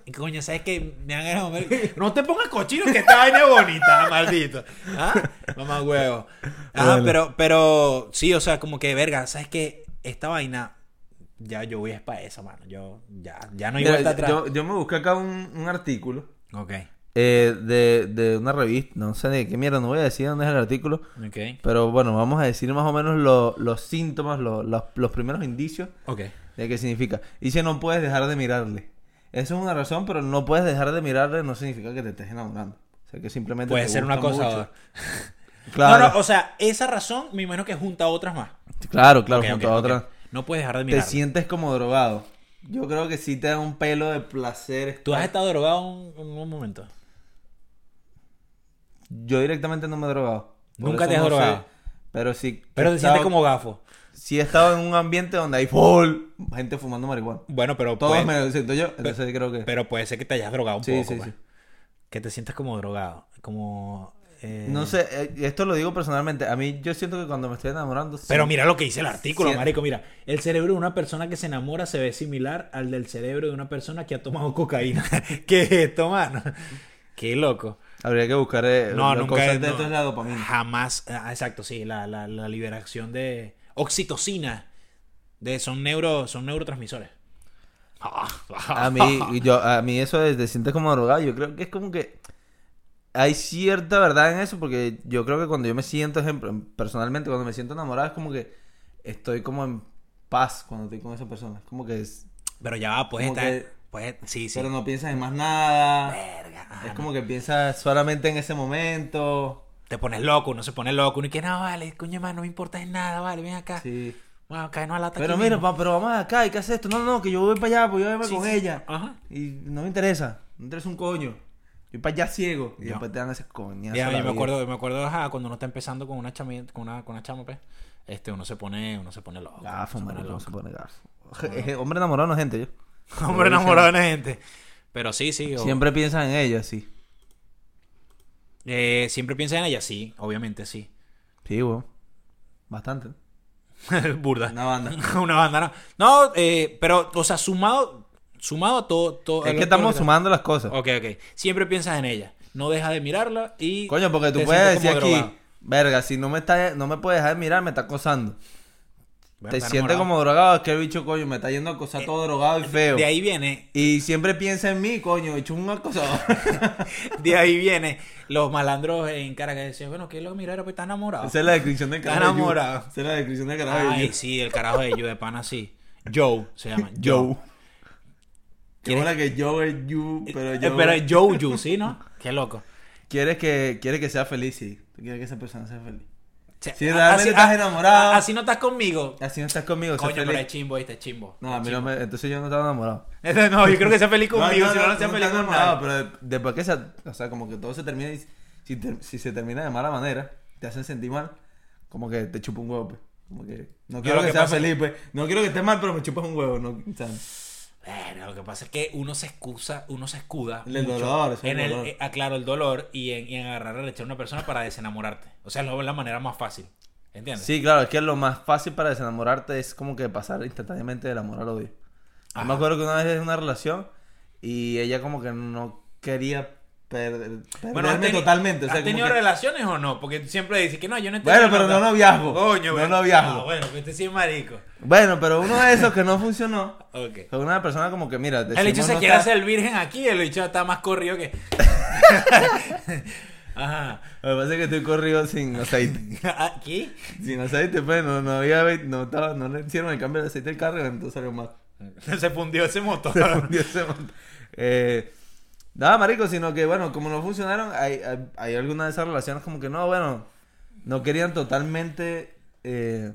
[SPEAKER 2] Y coño, ¿sabes qué? Me dan ganas de comer.
[SPEAKER 1] <laughs>
[SPEAKER 2] No te pongas cochino que esta vaina es bonita, <laughs> maldito. ¿Ah? Mamá huevo. Ah,
[SPEAKER 1] Bueno.
[SPEAKER 2] pero, pero sí, o sea, como que verga, ¿sabes qué? Esta vaina, ya yo voy es para esa, mano. Yo, ya, ya no hay
[SPEAKER 1] Mira,
[SPEAKER 2] vuelta atrás.
[SPEAKER 1] yo, yo me busqué acá un, un artículo
[SPEAKER 2] Ok,
[SPEAKER 1] eh, de, de una revista. No sé de qué mierda, no voy a decir dónde es el artículo.
[SPEAKER 2] ok.
[SPEAKER 1] Pero bueno, vamos a decir más o menos lo- los síntomas, lo- los, los primeros indicios
[SPEAKER 2] Ok.
[SPEAKER 1] de qué significa. Dice no puedes dejar de mirarle. Eso es una razón, pero no puedes dejar de mirarle no significa que te estés enamorando. O sea, que simplemente
[SPEAKER 2] Puede
[SPEAKER 1] te
[SPEAKER 2] ser una
[SPEAKER 1] gusta
[SPEAKER 2] cosa.
[SPEAKER 1] mucho.
[SPEAKER 2] Claro.
[SPEAKER 1] Claro,
[SPEAKER 2] No, no, o sea, esa razón me imagino que junta otras más.
[SPEAKER 1] claro, claro,
[SPEAKER 2] Ok,
[SPEAKER 1] junto
[SPEAKER 2] ok,
[SPEAKER 1] a
[SPEAKER 2] ok.
[SPEAKER 1] otra.
[SPEAKER 2] No puedes dejar de
[SPEAKER 1] Te
[SPEAKER 2] mirar.
[SPEAKER 1] sientes como drogado. Yo creo que sí te da un pelo de placer.
[SPEAKER 2] Tú has estado drogado un, un- un momento.
[SPEAKER 1] Yo directamente no me he drogado. Por
[SPEAKER 2] Nunca
[SPEAKER 1] eso
[SPEAKER 2] te has
[SPEAKER 1] no
[SPEAKER 2] drogado.
[SPEAKER 1] sé. Pero sí.
[SPEAKER 2] Pero
[SPEAKER 1] he
[SPEAKER 2] te sientes
[SPEAKER 1] estado-
[SPEAKER 2] como gafo.
[SPEAKER 1] Sí he estado en un ambiente donde hay full gente fumando marihuana.
[SPEAKER 2] Bueno, pero
[SPEAKER 1] Todos
[SPEAKER 2] puede,
[SPEAKER 1] me lo siento yo, entonces creo que...
[SPEAKER 2] Pues, pero puede ser que te hayas drogado un
[SPEAKER 1] Sí,
[SPEAKER 2] poco.
[SPEAKER 1] sí,
[SPEAKER 2] pues.
[SPEAKER 1] sí.
[SPEAKER 2] Que te sientas como drogado. Como. eh,
[SPEAKER 1] No sé, eh, esto lo digo personalmente. A mí yo siento que cuando me estoy enamorando... sí-
[SPEAKER 2] Pero mira lo que dice el artículo,
[SPEAKER 1] Siento.
[SPEAKER 2] marico. Mira, el cerebro de una persona que se enamora se ve similar al del cerebro de una persona que ha tomado cocaína. <laughs> ¿Qué es esto, mano? Qué loco.
[SPEAKER 1] Habría que buscar... eh,
[SPEAKER 2] No,
[SPEAKER 1] lo
[SPEAKER 2] nunca.
[SPEAKER 1] causante de
[SPEAKER 2] no,
[SPEAKER 1] esto es la dopamina.
[SPEAKER 2] Jamás. ah, exacto, sí. La, la- la liberación de oxitocina. De, son, neuro, son neurotransmisores.
[SPEAKER 1] Ah, A mí, yo, a mí eso de te sientes como drogado, yo creo que es como que... Hay cierta verdad en eso porque yo creo que cuando yo me siento, ejemplo, personalmente, cuando me siento enamorado es como que estoy como en paz cuando estoy con esa persona. Es como que... es-
[SPEAKER 2] Pero ya va, pues
[SPEAKER 1] Como
[SPEAKER 2] está.
[SPEAKER 1] que-
[SPEAKER 2] Pues, sí, sí.
[SPEAKER 1] Pero no piensas en más nada.
[SPEAKER 2] Verga, ah,
[SPEAKER 1] Es
[SPEAKER 2] no.
[SPEAKER 1] como que piensas solamente en ese momento.
[SPEAKER 2] Te pones loco, uno se pone loco. Uno y que no, vale, coño, man, no me importa en nada, vale, ven acá.
[SPEAKER 1] Sí.
[SPEAKER 2] Bueno, caernos a lata.
[SPEAKER 1] Pero
[SPEAKER 2] aquí
[SPEAKER 1] mira,
[SPEAKER 2] mismo.
[SPEAKER 1] pa, pero vamos acá, hay que hacer esto. No, no, que yo voy para allá, pues yo voy
[SPEAKER 2] Sí,
[SPEAKER 1] con
[SPEAKER 2] sí.
[SPEAKER 1] ella.
[SPEAKER 2] Ajá.
[SPEAKER 1] Y no me interesa. No me interesa un coño. Yo voy para allá ciego. Y
[SPEAKER 2] No.
[SPEAKER 1] después te dan ese coñazo.
[SPEAKER 2] Ya,
[SPEAKER 1] a
[SPEAKER 2] yo
[SPEAKER 1] la
[SPEAKER 2] me
[SPEAKER 1] vida.
[SPEAKER 2] acuerdo, me acuerdo ajá, cuando uno está empezando con una chama, con una, con una chama, pues, este, uno se pone, uno se pone loco.
[SPEAKER 1] Gafo,
[SPEAKER 2] se pone
[SPEAKER 1] marico,
[SPEAKER 2] loco.
[SPEAKER 1] se pone gafo. Je- je- Hombre enamorado no es gente, yo.
[SPEAKER 2] <laughs> Hombre enamorado de gente. Pero sí, sí. o-
[SPEAKER 1] Siempre piensas en ella, sí.
[SPEAKER 2] eh, siempre piensa en ella, sí, obviamente, sí. <laughs>
[SPEAKER 1] Sí, weón. Bastante. ¿no?
[SPEAKER 2] Burda.
[SPEAKER 1] Una banda.
[SPEAKER 2] <laughs> Una banda, no. No, eh, pero, o sea, sumado, sumado a todo, todo.
[SPEAKER 1] es
[SPEAKER 2] a
[SPEAKER 1] que
[SPEAKER 2] lo- todo lo
[SPEAKER 1] estamos
[SPEAKER 2] te-
[SPEAKER 1] sumando las cosas.
[SPEAKER 2] Ok, ok. Siempre piensas en ella. No dejas de mirarla y.
[SPEAKER 1] Coño, porque tú
[SPEAKER 2] te
[SPEAKER 1] puedes
[SPEAKER 2] sientes
[SPEAKER 1] decir
[SPEAKER 2] como
[SPEAKER 1] aquí,
[SPEAKER 2] drogado.
[SPEAKER 1] verga, si no me está, no me puedes dejar de mirar, me está acosando.
[SPEAKER 2] Voy a
[SPEAKER 1] Te
[SPEAKER 2] estar
[SPEAKER 1] sientes
[SPEAKER 2] morado. Eh,
[SPEAKER 1] como drogado, es que el bicho, coño, me está yendo a acosar todo drogado y feo.
[SPEAKER 2] De ahí viene, <laughs>
[SPEAKER 1] Y siempre piensa en mí, coño, he hecho un acosador.
[SPEAKER 2] de ahí viene los malandros en Caracas decían, bueno, ¿qué es lo que mira? Era pues está enamorado.
[SPEAKER 1] Esa es la descripción del
[SPEAKER 2] Está
[SPEAKER 1] carajo. de Yu.
[SPEAKER 2] enamorado.
[SPEAKER 1] Esa es la descripción del carajo. de Yu.
[SPEAKER 2] Ay, sí, el carajo de Joe de pana sí. Joe se llama.
[SPEAKER 1] <laughs> Joe.
[SPEAKER 2] Joe.
[SPEAKER 1] Qué buena que Joe es you, pero
[SPEAKER 2] Eh,
[SPEAKER 1] yo.
[SPEAKER 2] Pero es Joe Yu, ¿sí, no? Qué loco.
[SPEAKER 1] Quieres que, quieres que sea feliz, sí. Tú quieres que esa persona sea feliz.
[SPEAKER 2] O sea,
[SPEAKER 1] Si realmente estás enamorado.
[SPEAKER 2] a- Así no estás conmigo.
[SPEAKER 1] Así no estás conmigo, sé
[SPEAKER 2] Coño, pero es
[SPEAKER 1] feliz.
[SPEAKER 2] chimbo, este chimbo.
[SPEAKER 1] No, a mí no me- entonces yo no estaba enamorado.
[SPEAKER 2] Este <laughs> no, yo creo que sea feliz conmigo, si no, no sea
[SPEAKER 1] tú
[SPEAKER 2] feliz
[SPEAKER 1] estás
[SPEAKER 2] con
[SPEAKER 1] enamorado,
[SPEAKER 2] nada.
[SPEAKER 1] Pero después que se, o sea, como que todo se termina y si, ter- si se termina de mala manera, te hacen sentir mal, como que te chupa un huevo, pues. Como que no quiero
[SPEAKER 2] lo
[SPEAKER 1] que,
[SPEAKER 2] que
[SPEAKER 1] seas
[SPEAKER 2] pasa-
[SPEAKER 1] feliz, pues. No quiero que estés mal, pero me chupas un huevo, no, ¿sabes?
[SPEAKER 2] Verga, lo que pasa es que uno se excusa, uno se escuda.
[SPEAKER 1] En el
[SPEAKER 2] mucho
[SPEAKER 1] dolor, eso es
[SPEAKER 2] en
[SPEAKER 1] el
[SPEAKER 2] el,
[SPEAKER 1] dolor.
[SPEAKER 2] eh, aclaro, el dolor y en, y en agarrar la leche a una persona para desenamorarte. O sea, es la la manera más fácil. ¿Entiendes?
[SPEAKER 1] Sí, claro, es que lo más fácil para desenamorarte es como que pasar instantáneamente del amor al odio. Yo me
[SPEAKER 2] Ajá.
[SPEAKER 1] acuerdo que una vez en una relación y ella como que no quería perder,
[SPEAKER 2] ¿has
[SPEAKER 1] perderme
[SPEAKER 2] teni-
[SPEAKER 1] totalmente. O sea,
[SPEAKER 2] ¿Has
[SPEAKER 1] como
[SPEAKER 2] tenido
[SPEAKER 1] que-
[SPEAKER 2] relaciones o no? Porque siempre dices que no, yo no he
[SPEAKER 1] Bueno,
[SPEAKER 2] tenido
[SPEAKER 1] pero no
[SPEAKER 2] nada.
[SPEAKER 1] noviazgo.
[SPEAKER 2] Coño,
[SPEAKER 1] No
[SPEAKER 2] bueno.
[SPEAKER 1] noviazgo.
[SPEAKER 2] Ah, bueno, que usted sí es marico.
[SPEAKER 1] Bueno, pero uno de esos que no funcionó
[SPEAKER 2] Ok.
[SPEAKER 1] fue una persona como que, mira,
[SPEAKER 2] El hecho
[SPEAKER 1] decimos
[SPEAKER 2] se
[SPEAKER 1] no
[SPEAKER 2] quiere
[SPEAKER 1] estar-
[SPEAKER 2] hacer virgen aquí, el hecho está más corrido que. <laughs> Ajá. <laughs> Ah,
[SPEAKER 1] Lo que pasa es que estoy corrido sin aceite. <laughs>
[SPEAKER 2] ¿Aquí?
[SPEAKER 1] sin aceite, pues, no, no había... ve- No, estaba, no le hicieron el cambio de aceite al carro y entonces salió mal. <laughs>
[SPEAKER 2] <laughs> Se fundió ese motor.
[SPEAKER 1] Se <laughs> fundió ese mon- Eh, nada, marico, sino que, bueno, como no funcionaron, hay, hay, hay algunas de esas relaciones como que, no, bueno, no querían totalmente... eh,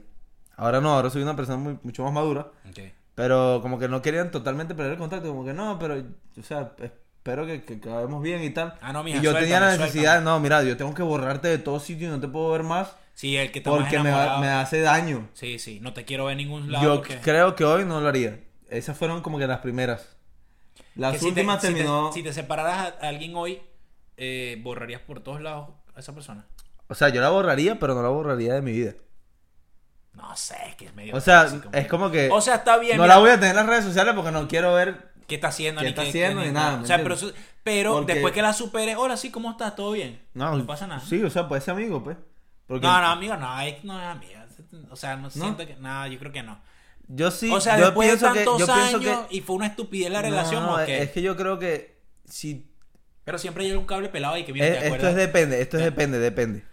[SPEAKER 1] ahora no, ahora soy una persona muy- mucho más madura.
[SPEAKER 2] Ok.
[SPEAKER 1] Pero como que no querían totalmente perder el contacto, como que no, pero, o sea, espero que, que acabemos bien y tal.
[SPEAKER 2] Ah, no, mija,
[SPEAKER 1] y yo tenía la
[SPEAKER 2] suéltame,
[SPEAKER 1] necesidad, no, mira, yo tengo que borrarte de todo sitio y no te puedo ver más
[SPEAKER 2] Sí, el que está más
[SPEAKER 1] porque me, va-
[SPEAKER 2] enamorado.
[SPEAKER 1] me hace daño.
[SPEAKER 2] Sí, sí, no te quiero ver en ningún lado.
[SPEAKER 1] yo
[SPEAKER 2] porque-
[SPEAKER 1] creo que hoy no lo haría. Esas fueron como que las primeras. Las
[SPEAKER 2] que si te-
[SPEAKER 1] últimas
[SPEAKER 2] si te,
[SPEAKER 1] terminó...
[SPEAKER 2] Si te, separaras a alguien hoy, eh, borrarías por todos lados a esa persona.
[SPEAKER 1] O sea, yo la borraría, pero no la borraría de mi vida.
[SPEAKER 2] No sé, es que es medio.
[SPEAKER 1] O sea,
[SPEAKER 2] tóxico,
[SPEAKER 1] es
[SPEAKER 2] marico.
[SPEAKER 1] como que...
[SPEAKER 2] O sea, está bien.
[SPEAKER 1] no
[SPEAKER 2] mira,
[SPEAKER 1] la voy a tener en las redes sociales porque no quiero ver...
[SPEAKER 2] ¿Qué está haciendo?
[SPEAKER 1] ¿Qué
[SPEAKER 2] ni
[SPEAKER 1] está haciendo? Ni nada, ¿me
[SPEAKER 2] O sea, pero,
[SPEAKER 1] entiendes?
[SPEAKER 2] su- pero
[SPEAKER 1] Porque-
[SPEAKER 2] después que la supere, hola, sí, ¿cómo estás? ¿Todo bien?
[SPEAKER 1] No,
[SPEAKER 2] pasa nada.
[SPEAKER 1] Sí, o sea, pues ese amigo, pues. Porque
[SPEAKER 2] No, no, amigo, no, ahí no es amiga. O sea, no, siento que. No, yo creo que no.
[SPEAKER 1] Yo sí...
[SPEAKER 2] o sea,
[SPEAKER 1] yo
[SPEAKER 2] después de
[SPEAKER 1] pienso que-
[SPEAKER 2] tantos
[SPEAKER 1] yo pienso
[SPEAKER 2] años
[SPEAKER 1] que-
[SPEAKER 2] y fue una estupidez la
[SPEAKER 1] No,
[SPEAKER 2] relación,
[SPEAKER 1] no,
[SPEAKER 2] ¿o
[SPEAKER 1] es-
[SPEAKER 2] qué?
[SPEAKER 1] es que yo creo que si
[SPEAKER 2] Pero siempre hay un cable pelado y que
[SPEAKER 1] eh,
[SPEAKER 2] viene de
[SPEAKER 1] esto es
[SPEAKER 2] acuerdo.
[SPEAKER 1] depende, esto es
[SPEAKER 2] Ya.
[SPEAKER 1] depende, depende.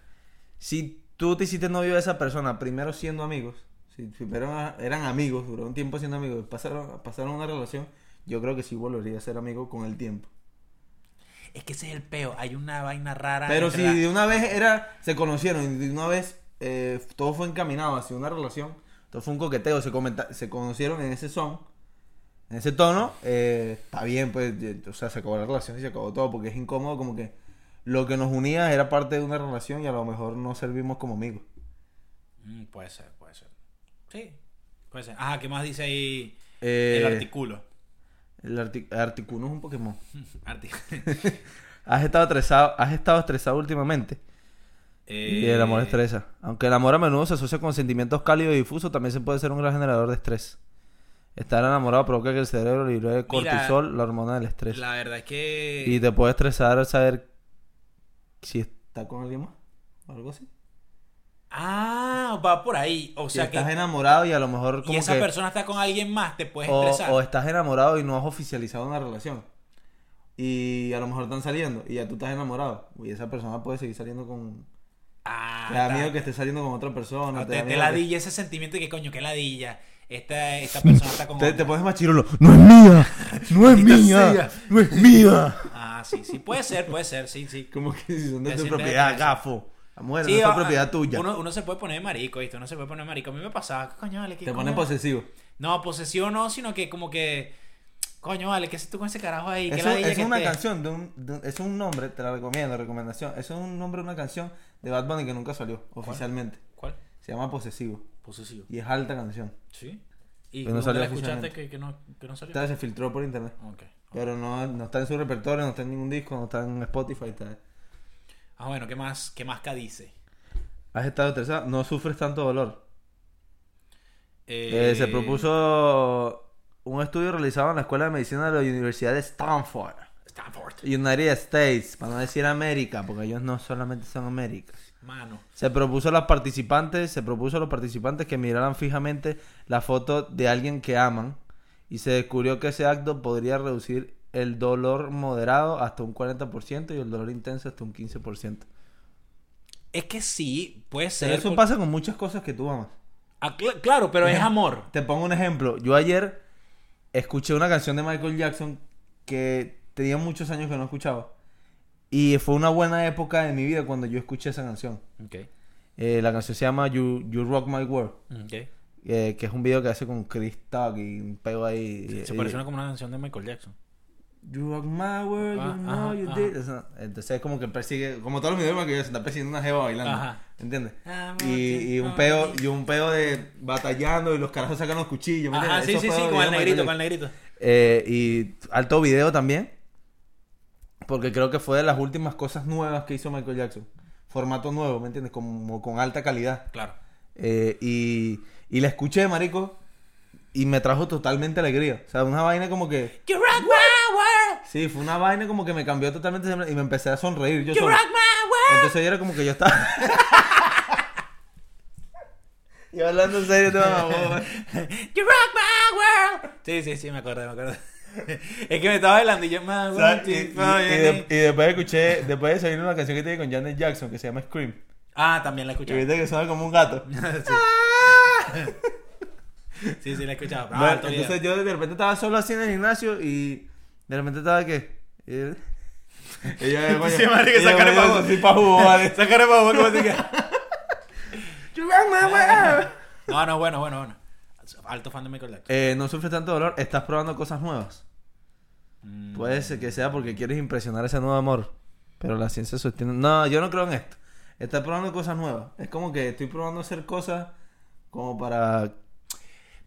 [SPEAKER 1] Si tú te hiciste novio de esa persona primero siendo amigos, si primero a- eran amigos, duró un tiempo siendo amigos, pasaron pasaron una relación, yo creo que sí volvería a ser amigo con el tiempo.
[SPEAKER 2] Es que ese es el peo. Hay una vaina rara.
[SPEAKER 1] Pero si
[SPEAKER 2] entre la-
[SPEAKER 1] de una vez era se conocieron y de una vez eh, todo fue encaminado hacia una relación, todo fue un coqueteo, se comenta- se conocieron en ese son, en ese tono, eh, está bien, pues, ye- o sea, se acabó la relación y se acabó todo, porque es incómodo como que lo que nos unía era parte de una relación y a lo mejor no servimos como amigos.
[SPEAKER 2] Mm, puede ser, puede ser. Sí, puede ser. Ajá, ¿qué más dice ahí
[SPEAKER 1] Eh,
[SPEAKER 2] el artículo?
[SPEAKER 1] El arti- Articuno es un Pokémon. <laughs>
[SPEAKER 2] Arti-
[SPEAKER 1] Has estado estresado, has estado estresado últimamente. Y el amor
[SPEAKER 2] Eh,
[SPEAKER 1] estresa. Aunque el amor a menudo se asocia con sentimientos cálidos y difusos, también se puede ser un gran generador de estrés. Estar enamorado provoca que el cerebro libere cortisol, la hormona del estrés.
[SPEAKER 2] La verdad es que.
[SPEAKER 1] Y te puede estresar saber si está con alguien más o algo así.
[SPEAKER 2] Ah, va por ahí. O
[SPEAKER 1] Si
[SPEAKER 2] sea que.
[SPEAKER 1] estás enamorado y a lo mejor
[SPEAKER 2] Y
[SPEAKER 1] como
[SPEAKER 2] esa
[SPEAKER 1] que-
[SPEAKER 2] persona está con alguien más, te puedes
[SPEAKER 1] o,
[SPEAKER 2] estresar.
[SPEAKER 1] o estás enamorado y no has oficializado una relación. Y a lo mejor están saliendo y ya tú estás enamorado. Y esa persona puede seguir saliendo con...
[SPEAKER 2] Ah,
[SPEAKER 1] Te da
[SPEAKER 2] está.
[SPEAKER 1] miedo que esté saliendo con otra persona.
[SPEAKER 2] No,
[SPEAKER 1] da
[SPEAKER 2] te, te
[SPEAKER 1] miedo que-
[SPEAKER 2] ladilla ese sentimiento de que coño, que ladilla. Esta,
[SPEAKER 1] <laughs>
[SPEAKER 2] esta persona está con.
[SPEAKER 1] Te,
[SPEAKER 2] otra.
[SPEAKER 1] te pones más chirulo. ¡No es mía! <laughs> ¡No es
[SPEAKER 2] Maldita
[SPEAKER 1] mía!
[SPEAKER 2] sea.
[SPEAKER 1] ¡No es mía!
[SPEAKER 2] Ah, sí, sí, puede ser, puede ser, sí, sí.
[SPEAKER 1] Como que si son de
[SPEAKER 2] Te
[SPEAKER 1] tu
[SPEAKER 2] sientes
[SPEAKER 1] propiedad,
[SPEAKER 2] preso.
[SPEAKER 1] gafo. La mujer
[SPEAKER 2] Sí,
[SPEAKER 1] no
[SPEAKER 2] ah,
[SPEAKER 1] es
[SPEAKER 2] ah,
[SPEAKER 1] propiedad tuya.
[SPEAKER 2] Uno, uno se puede poner marico, ¿viste? Uno se puede poner marico. A mí me pasaba, ¿qué coño, vale? ¿Qué
[SPEAKER 1] Te
[SPEAKER 2] coño?
[SPEAKER 1] pones posesivo.
[SPEAKER 2] No, posesión no, sino que como que. Coño, vale, ¿qué haces tú con ese carajo ahí? ¿Qué
[SPEAKER 1] Eso-
[SPEAKER 2] ladilla
[SPEAKER 1] es
[SPEAKER 2] que
[SPEAKER 1] una
[SPEAKER 2] esté?
[SPEAKER 1] canción, de un, de un- es un nombre, te la recomiendo, recomendación. Eso es un nombre de una canción de Bad Bunny que nunca salió oficialmente.
[SPEAKER 2] ¿Cuál?
[SPEAKER 1] Se llama Posesivo
[SPEAKER 2] Posesivo.
[SPEAKER 1] y es alta canción.
[SPEAKER 2] Sí. ¿Y
[SPEAKER 1] Pero no
[SPEAKER 2] no
[SPEAKER 1] salió
[SPEAKER 2] la escuchaste
[SPEAKER 1] oficialmente.
[SPEAKER 2] que, que no, que no salió?
[SPEAKER 1] Esta se filtró por internet.
[SPEAKER 2] Ok.
[SPEAKER 1] Pero no, no está en su repertorio, no está en ningún disco, no está en Spotify. Está...
[SPEAKER 2] Ah, bueno, ¿qué más, qué más que dice?
[SPEAKER 1] Has estado estresado, no sufres tanto dolor.
[SPEAKER 2] Eh,
[SPEAKER 1] Eh, se propuso un estudio realizado en la Escuela de Medicina de la Universidad de Stanford,
[SPEAKER 2] Stanford.
[SPEAKER 1] United States, para no decir América, porque ellos no solamente son América.
[SPEAKER 2] Mano.
[SPEAKER 1] Se propuso a los participantes, se propuso a los participantes que miraran fijamente la foto de alguien que aman y se descubrió que ese acto podría reducir el dolor moderado hasta un 40% y el dolor intenso hasta un 15%.
[SPEAKER 2] Es que sí, puede ser.
[SPEAKER 1] Pero eso
[SPEAKER 2] por-
[SPEAKER 1] pasa con muchas cosas que tú amas.
[SPEAKER 2] Ah, cl- claro, pero es amor.
[SPEAKER 1] Te pongo un ejemplo. Yo ayer escuché una canción de Michael Jackson que tenía muchos años que no escuchaba. Y fue una buena época de mi vida cuando yo escuché esa canción.
[SPEAKER 2] Ok.
[SPEAKER 1] Eh, la canción se llama You, You Rock My World,
[SPEAKER 2] Ok.
[SPEAKER 1] eh, que es un video que hace con Chris Tuck y un pego ahí.
[SPEAKER 2] Se
[SPEAKER 1] eh,
[SPEAKER 2] parece como una canción de Michael Jackson.
[SPEAKER 1] You rock my world,
[SPEAKER 2] Ah,
[SPEAKER 1] you know
[SPEAKER 2] ajá,
[SPEAKER 1] you
[SPEAKER 2] ajá.
[SPEAKER 1] did. Esa- Entonces es como que persigue, como todos los videos que yo se está persiguiendo una jeva bailando.
[SPEAKER 2] Ajá.
[SPEAKER 1] ¿Entiendes?
[SPEAKER 2] I'm
[SPEAKER 1] Y, y un
[SPEAKER 2] walking
[SPEAKER 1] peo,
[SPEAKER 2] on
[SPEAKER 1] y un peo de batallando y los carajos sacan los cuchillos. ¿me
[SPEAKER 2] Ajá,
[SPEAKER 1] entiendes?
[SPEAKER 2] sí,
[SPEAKER 1] Esos
[SPEAKER 2] sí, sí,
[SPEAKER 1] peos
[SPEAKER 2] con
[SPEAKER 1] de
[SPEAKER 2] el
[SPEAKER 1] Michael
[SPEAKER 2] negrito,
[SPEAKER 1] Jackson.
[SPEAKER 2] con el negrito.
[SPEAKER 1] Eh, y alto video también. Porque creo que fue de las últimas cosas nuevas que hizo Michael Jackson. Formato nuevo, ¿me entiendes? Como con alta calidad.
[SPEAKER 2] Claro.
[SPEAKER 1] Eh, y, y la escuché, marico. Y me trajo totalmente alegría. O sea, una vaina como que.
[SPEAKER 3] You rock my world.
[SPEAKER 1] Sí, fue una vaina como que me cambió totalmente. Y me empecé a sonreír. Yo
[SPEAKER 3] You
[SPEAKER 1] solo.
[SPEAKER 3] rock my world.
[SPEAKER 1] Entonces yo era como que yo estaba. <laughs> yo hablando en serio, te <laughs> vas a mamar.
[SPEAKER 3] You rock my world.
[SPEAKER 2] Sí, sí, sí, me acordé, me acordé. <laughs> es que me estaba bailando y yo... "My
[SPEAKER 1] ¿Sabes? Y,
[SPEAKER 2] wanting
[SPEAKER 1] y-
[SPEAKER 2] for
[SPEAKER 1] y de- y después escuché, después de salir una canción que tiene con Janet Jackson que se llama Scream.
[SPEAKER 2] Ah, también la
[SPEAKER 1] Y
[SPEAKER 2] <laughs> escuchaba.
[SPEAKER 1] viste que suena como un gato. <laughs>
[SPEAKER 2] Sí, sí, la escuchaba.
[SPEAKER 1] Bueno,
[SPEAKER 2] Ah, alto video.
[SPEAKER 1] entonces yo de repente estaba solo así en el gimnasio y de repente estaba que. <laughs> Ella me
[SPEAKER 2] <laughs> Sí, marico, sacarle pa' jugo.
[SPEAKER 1] Sí, pa' jugo, <laughs>
[SPEAKER 2] <laughs>
[SPEAKER 1] vale.
[SPEAKER 2] Sacaré para vos, ¿cómo se
[SPEAKER 3] <laughs>
[SPEAKER 2] queda? No, no, bueno, bueno, bueno. Alto fan de Michael Jackson.
[SPEAKER 1] Eh, no sufres tanto dolor, estás probando cosas nuevas. Eh, Puede ser que sea porque quieres impresionar a ese nuevo amor. Pero la ciencia sostiene. No, yo no creo en esto. Estás probando cosas nuevas. Es como que estoy probando hacer cosas como para.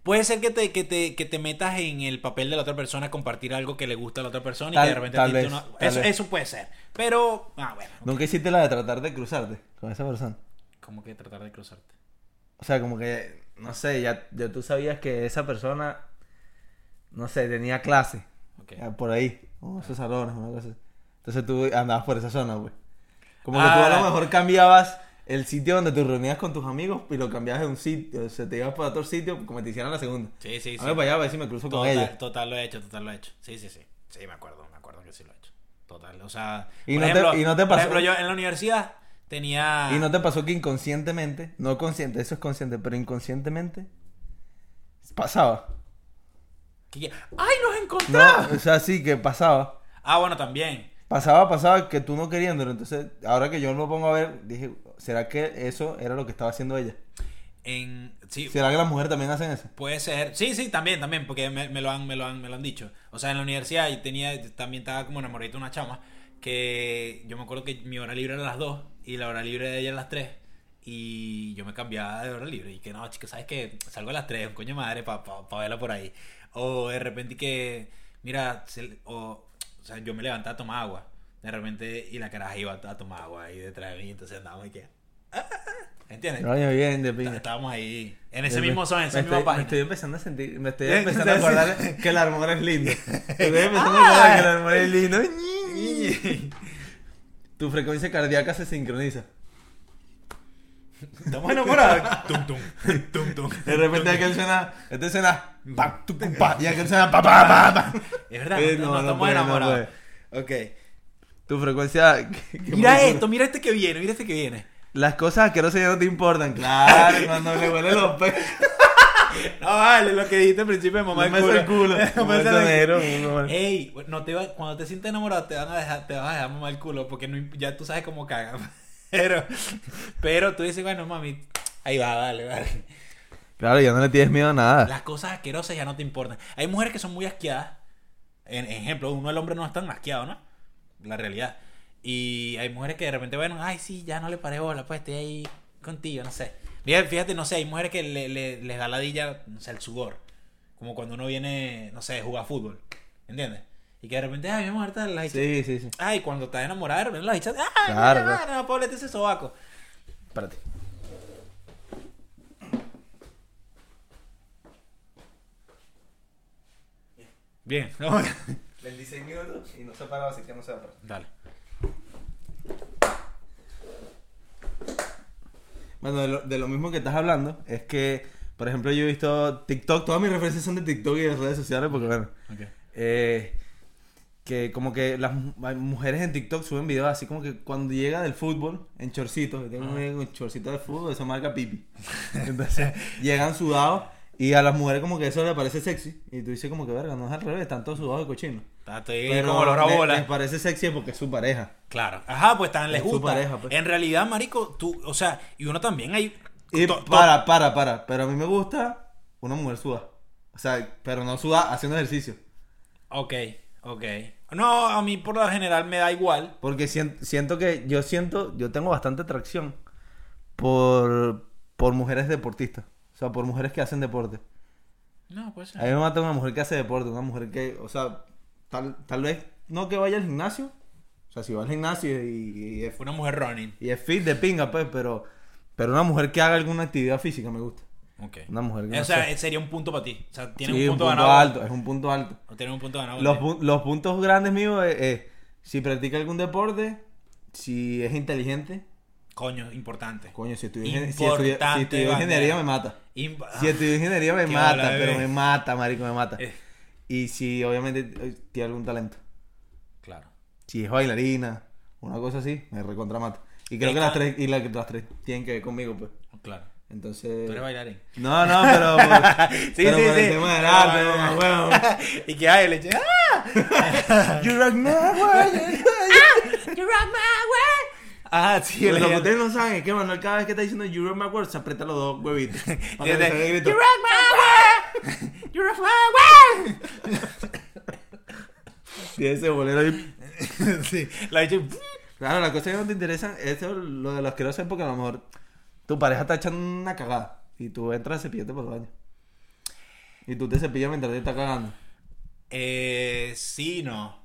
[SPEAKER 2] Puede ser que te, que, te, que te metas en el papel de la otra persona, compartir algo que le gusta a la otra persona y
[SPEAKER 1] Tal-
[SPEAKER 2] que de repente
[SPEAKER 1] tal
[SPEAKER 2] a ti
[SPEAKER 1] vez,
[SPEAKER 2] tú no-
[SPEAKER 1] tal
[SPEAKER 2] Eso,
[SPEAKER 1] vez.
[SPEAKER 2] eso puede ser. Pero, ah, bueno.
[SPEAKER 1] Nunca hiciste la de tratar de cruzarte con esa persona.
[SPEAKER 2] Como que tratar de cruzarte.
[SPEAKER 1] O sea, como que. No sé, ya, ya tú sabías que esa persona. No sé, tenía clase.
[SPEAKER 2] Ok.
[SPEAKER 1] Ah, Por ahí. Oh, esos salones, una cosa. así. Entonces tú andabas por esa zona, güey. Como que tú a
[SPEAKER 2] Ah.
[SPEAKER 1] lo mejor cambiabas el sitio donde te reunías con tus amigos y lo cambiabas de un sitio. O sea, te ibas para otro sitio como te hicieran la segunda.
[SPEAKER 2] Sí, sí,
[SPEAKER 1] A
[SPEAKER 2] sí.
[SPEAKER 1] ver para allá a ver si me cruzo con
[SPEAKER 2] Total,
[SPEAKER 1] ella.
[SPEAKER 2] total lo he hecho, total lo he hecho. Sí, sí, sí. Sí, me acuerdo, me acuerdo que sí lo he hecho. Total, o sea...
[SPEAKER 1] Y
[SPEAKER 2] por
[SPEAKER 1] no te-
[SPEAKER 2] ejemplo,
[SPEAKER 1] y no te
[SPEAKER 2] Por
[SPEAKER 1] pasó-
[SPEAKER 2] ejemplo, yo en la universidad tenía...
[SPEAKER 1] ¿Y no te pasó que inconscientemente, no consciente, eso es consciente, pero inconscientemente pasaba?
[SPEAKER 2] que- ¡Ay, nos encontramos!
[SPEAKER 1] No, o sea, sí, que pasaba.
[SPEAKER 2] Ah, bueno, también.
[SPEAKER 1] Pasaba, pasaba que tú no queriéndolo. Entonces, ahora que yo lo pongo a ver, dije, ¿será que eso era lo que estaba haciendo ella?
[SPEAKER 2] En... Sí,
[SPEAKER 1] ¿Será que las mujeres también hacen eso?
[SPEAKER 2] Puede ser. Sí, sí, también, también, porque me, me lo han, me lo han, me lo han dicho. O sea, en la universidad y tenía, también estaba como enamoradito de una chama que yo me acuerdo que mi hora libre era a las 2 y la hora libre de ella a las 3 y yo me cambiaba de hora libre y que no, chico, sabes que salgo a las 3, un coño de madre para pa, pa verla por ahí. O de repente que mira, se- o, o sea, yo me levantaba a tomar agua. De repente y la caraja iba a tomar agua ahí detrás de mí, entonces andábamos y que ah, ¿Entiendes?
[SPEAKER 1] Coño, bien, de
[SPEAKER 2] Está-
[SPEAKER 1] piña.
[SPEAKER 2] Estábamos ahí. En ese mismo son, en esa
[SPEAKER 1] Ah, me estoy,
[SPEAKER 2] misma
[SPEAKER 1] me
[SPEAKER 2] página.
[SPEAKER 1] estoy empezando a sentir, me estoy
[SPEAKER 2] Eh,
[SPEAKER 1] empezando a
[SPEAKER 2] <laughs> sí.
[SPEAKER 1] acordar que la armadura es
[SPEAKER 2] <laughs>
[SPEAKER 1] linda. Estoy empezando a acordar que la armadura es
[SPEAKER 2] Ah.
[SPEAKER 1] linda. Tu frecuencia cardíaca se sincroniza.
[SPEAKER 2] Estamos enamorados. tum, tum, tum, tum.
[SPEAKER 1] De repente aquel suena, este suena, pa, tu, cum, pa, y aquel suena, pa, pa, pa, pa.
[SPEAKER 2] Es verdad,
[SPEAKER 1] Eh, no,
[SPEAKER 2] no, no
[SPEAKER 1] no
[SPEAKER 2] estamos
[SPEAKER 1] puede, no
[SPEAKER 2] enamorados. ok.
[SPEAKER 1] Tu frecuencia. <laughs>
[SPEAKER 2] Mira esto, mira este que viene, mira este que viene.
[SPEAKER 1] Las cosas asquerosas ya no te importan. Claro, cuando le huele los pechos.
[SPEAKER 2] No vale, lo que dijiste al principio de mamá
[SPEAKER 1] Me
[SPEAKER 2] del
[SPEAKER 1] hace el <laughs> Eh. culo.
[SPEAKER 2] <laughs> Mamá del-
[SPEAKER 1] Negro,
[SPEAKER 2] Ey, no te va- cuando te sientes enamorado te van a dejar, te vas a dejar mamar el culo porque no imp- ya tú sabes cómo caga. <laughs> Pero, pero tú dices, bueno, mami, ahí va, dale, dale.
[SPEAKER 1] Claro, ya no le tienes miedo a nada.
[SPEAKER 2] Las cosas asquerosas ya no te importan. Hay mujeres que son muy asqueadas. En ejemplo, uno el hombre no es tan asqueado, ¿no? La realidad. Y hay mujeres que de repente, bueno, ay, sí, ya no le paré bola, pues estoy ahí contigo, no sé. Mira, Fíjate, no sé, hay mujeres que le, le- les da ladilla, no sé, el sudor. Como cuando uno viene, no sé, jugar fútbol. ¿Entiendes? Y que de repente, ay, mi amor, tal, la bicha-
[SPEAKER 1] Sí, sí, sí.
[SPEAKER 2] Ay, cuando estás enamorada, de repente la bicha, ay,
[SPEAKER 1] Claro,
[SPEAKER 2] mira,
[SPEAKER 1] claro.
[SPEAKER 2] no, poblete ese sobaco.
[SPEAKER 1] Espérate. <laughs>
[SPEAKER 2] Bien,
[SPEAKER 1] 26 minutos y no se paraba, así que no se va a parar.
[SPEAKER 2] Dale.
[SPEAKER 1] Bueno, de lo, de lo mismo que estás hablando, es que, por ejemplo, yo he visto TikTok, todas mis referencias son de TikTok y de redes sociales, porque bueno.
[SPEAKER 2] Ok.
[SPEAKER 1] eh, que como que las mu- hay mujeres en TikTok suben videos así como que cuando llega del fútbol, en chorcitos, yo tengo un amigo con chorcito de fútbol, esa marca <laughs> Pipi. Entonces, llegan sudados y a las mujeres como que eso les parece sexy. Y tú dices como que verga, no es al revés, están todos sudados de cochino.
[SPEAKER 2] Está- Estoy como los
[SPEAKER 1] le-
[SPEAKER 2] rabolas.
[SPEAKER 1] les parece sexy porque es su pareja.
[SPEAKER 2] Claro. Ajá, pues tan les
[SPEAKER 1] Es su
[SPEAKER 2] gusta.
[SPEAKER 1] pareja, pues.
[SPEAKER 2] En realidad, marico, tú, o sea, y uno también hay...
[SPEAKER 1] Y
[SPEAKER 2] to- to-
[SPEAKER 1] para, para, para. Pero a mí me gusta una mujer suda. O sea, pero no suda haciendo ejercicio.
[SPEAKER 2] Ok, ok. No, a mí por lo general me da igual.
[SPEAKER 1] Porque sien- siento que yo siento, yo tengo bastante atracción por, por mujeres deportistas. O sea, por mujeres que hacen deporte.
[SPEAKER 2] No, pues...
[SPEAKER 1] A mí me mata una mujer que hace deporte, una mujer que, o sea, tal, tal vez no que vaya al gimnasio. O sea, si va al gimnasio y, y es,
[SPEAKER 2] Una mujer running.
[SPEAKER 1] y es fit de pinga, pues, pero, pero una mujer que haga alguna actividad física me gusta.
[SPEAKER 2] Ok.
[SPEAKER 1] Una mujer que no
[SPEAKER 2] o sea,
[SPEAKER 1] sé.
[SPEAKER 2] sería un punto para ti. O sea, tienes
[SPEAKER 1] Sí,
[SPEAKER 2] un punto, ganado.
[SPEAKER 1] alto, es un punto alto.
[SPEAKER 2] O tienes un punto ganado.
[SPEAKER 1] Los,
[SPEAKER 2] Ok.
[SPEAKER 1] pu- los puntos grandes míos es, es si practica algún deporte, si es inteligente.
[SPEAKER 2] Coño, importante.
[SPEAKER 1] Coño, si estudió, ingen- si
[SPEAKER 2] Importante,
[SPEAKER 1] estudió- si estudió
[SPEAKER 2] bandera.
[SPEAKER 1] ingeniería me mata.
[SPEAKER 2] Imp- ah,
[SPEAKER 1] Si estudió ingeniería me
[SPEAKER 2] qué
[SPEAKER 1] mata,
[SPEAKER 2] bola, bebé.
[SPEAKER 1] pero me mata, marico, me mata.
[SPEAKER 2] Eh.
[SPEAKER 1] Y si obviamente eh, tiene algún talento.
[SPEAKER 2] Claro.
[SPEAKER 1] Si es bailarina, una cosa así, me recontra mata. Y creo
[SPEAKER 2] Eh,
[SPEAKER 1] que las
[SPEAKER 2] ca-
[SPEAKER 1] tres, y la- las tres tienen que ver conmigo, pues.
[SPEAKER 2] Claro.
[SPEAKER 1] Entonces.
[SPEAKER 2] Tú eres bailarín. <laughs>
[SPEAKER 1] No, no, pero por, pero por el tema del arte,
[SPEAKER 2] Ah,
[SPEAKER 1] mamá,
[SPEAKER 2] <laughs>
[SPEAKER 1] huevo.
[SPEAKER 2] y que hay leche.
[SPEAKER 1] You <laughs> rock me,
[SPEAKER 2] <laughs>
[SPEAKER 1] güey.
[SPEAKER 3] You rock my world.
[SPEAKER 2] Ah, sí,
[SPEAKER 1] Pero
[SPEAKER 2] el
[SPEAKER 1] lo que ustedes no saben es que Manuel cada vez que está diciendo You rock my world se aprieta los dos <laughs> huevitos. Para que
[SPEAKER 2] Desde-
[SPEAKER 1] salga el grito.
[SPEAKER 3] You rock my world. You rock my world.
[SPEAKER 1] Y ese bolero ahí.
[SPEAKER 2] <laughs> sí, la leche.
[SPEAKER 1] Claro, las cosas que no te interesan, eso lo de los quiero hacer porque a lo mejor tu pareja está echando una cagada y tú entras a cepillarte por el baño. Y tú te cepillas mientras te está cagando.
[SPEAKER 2] Eh, sí, no.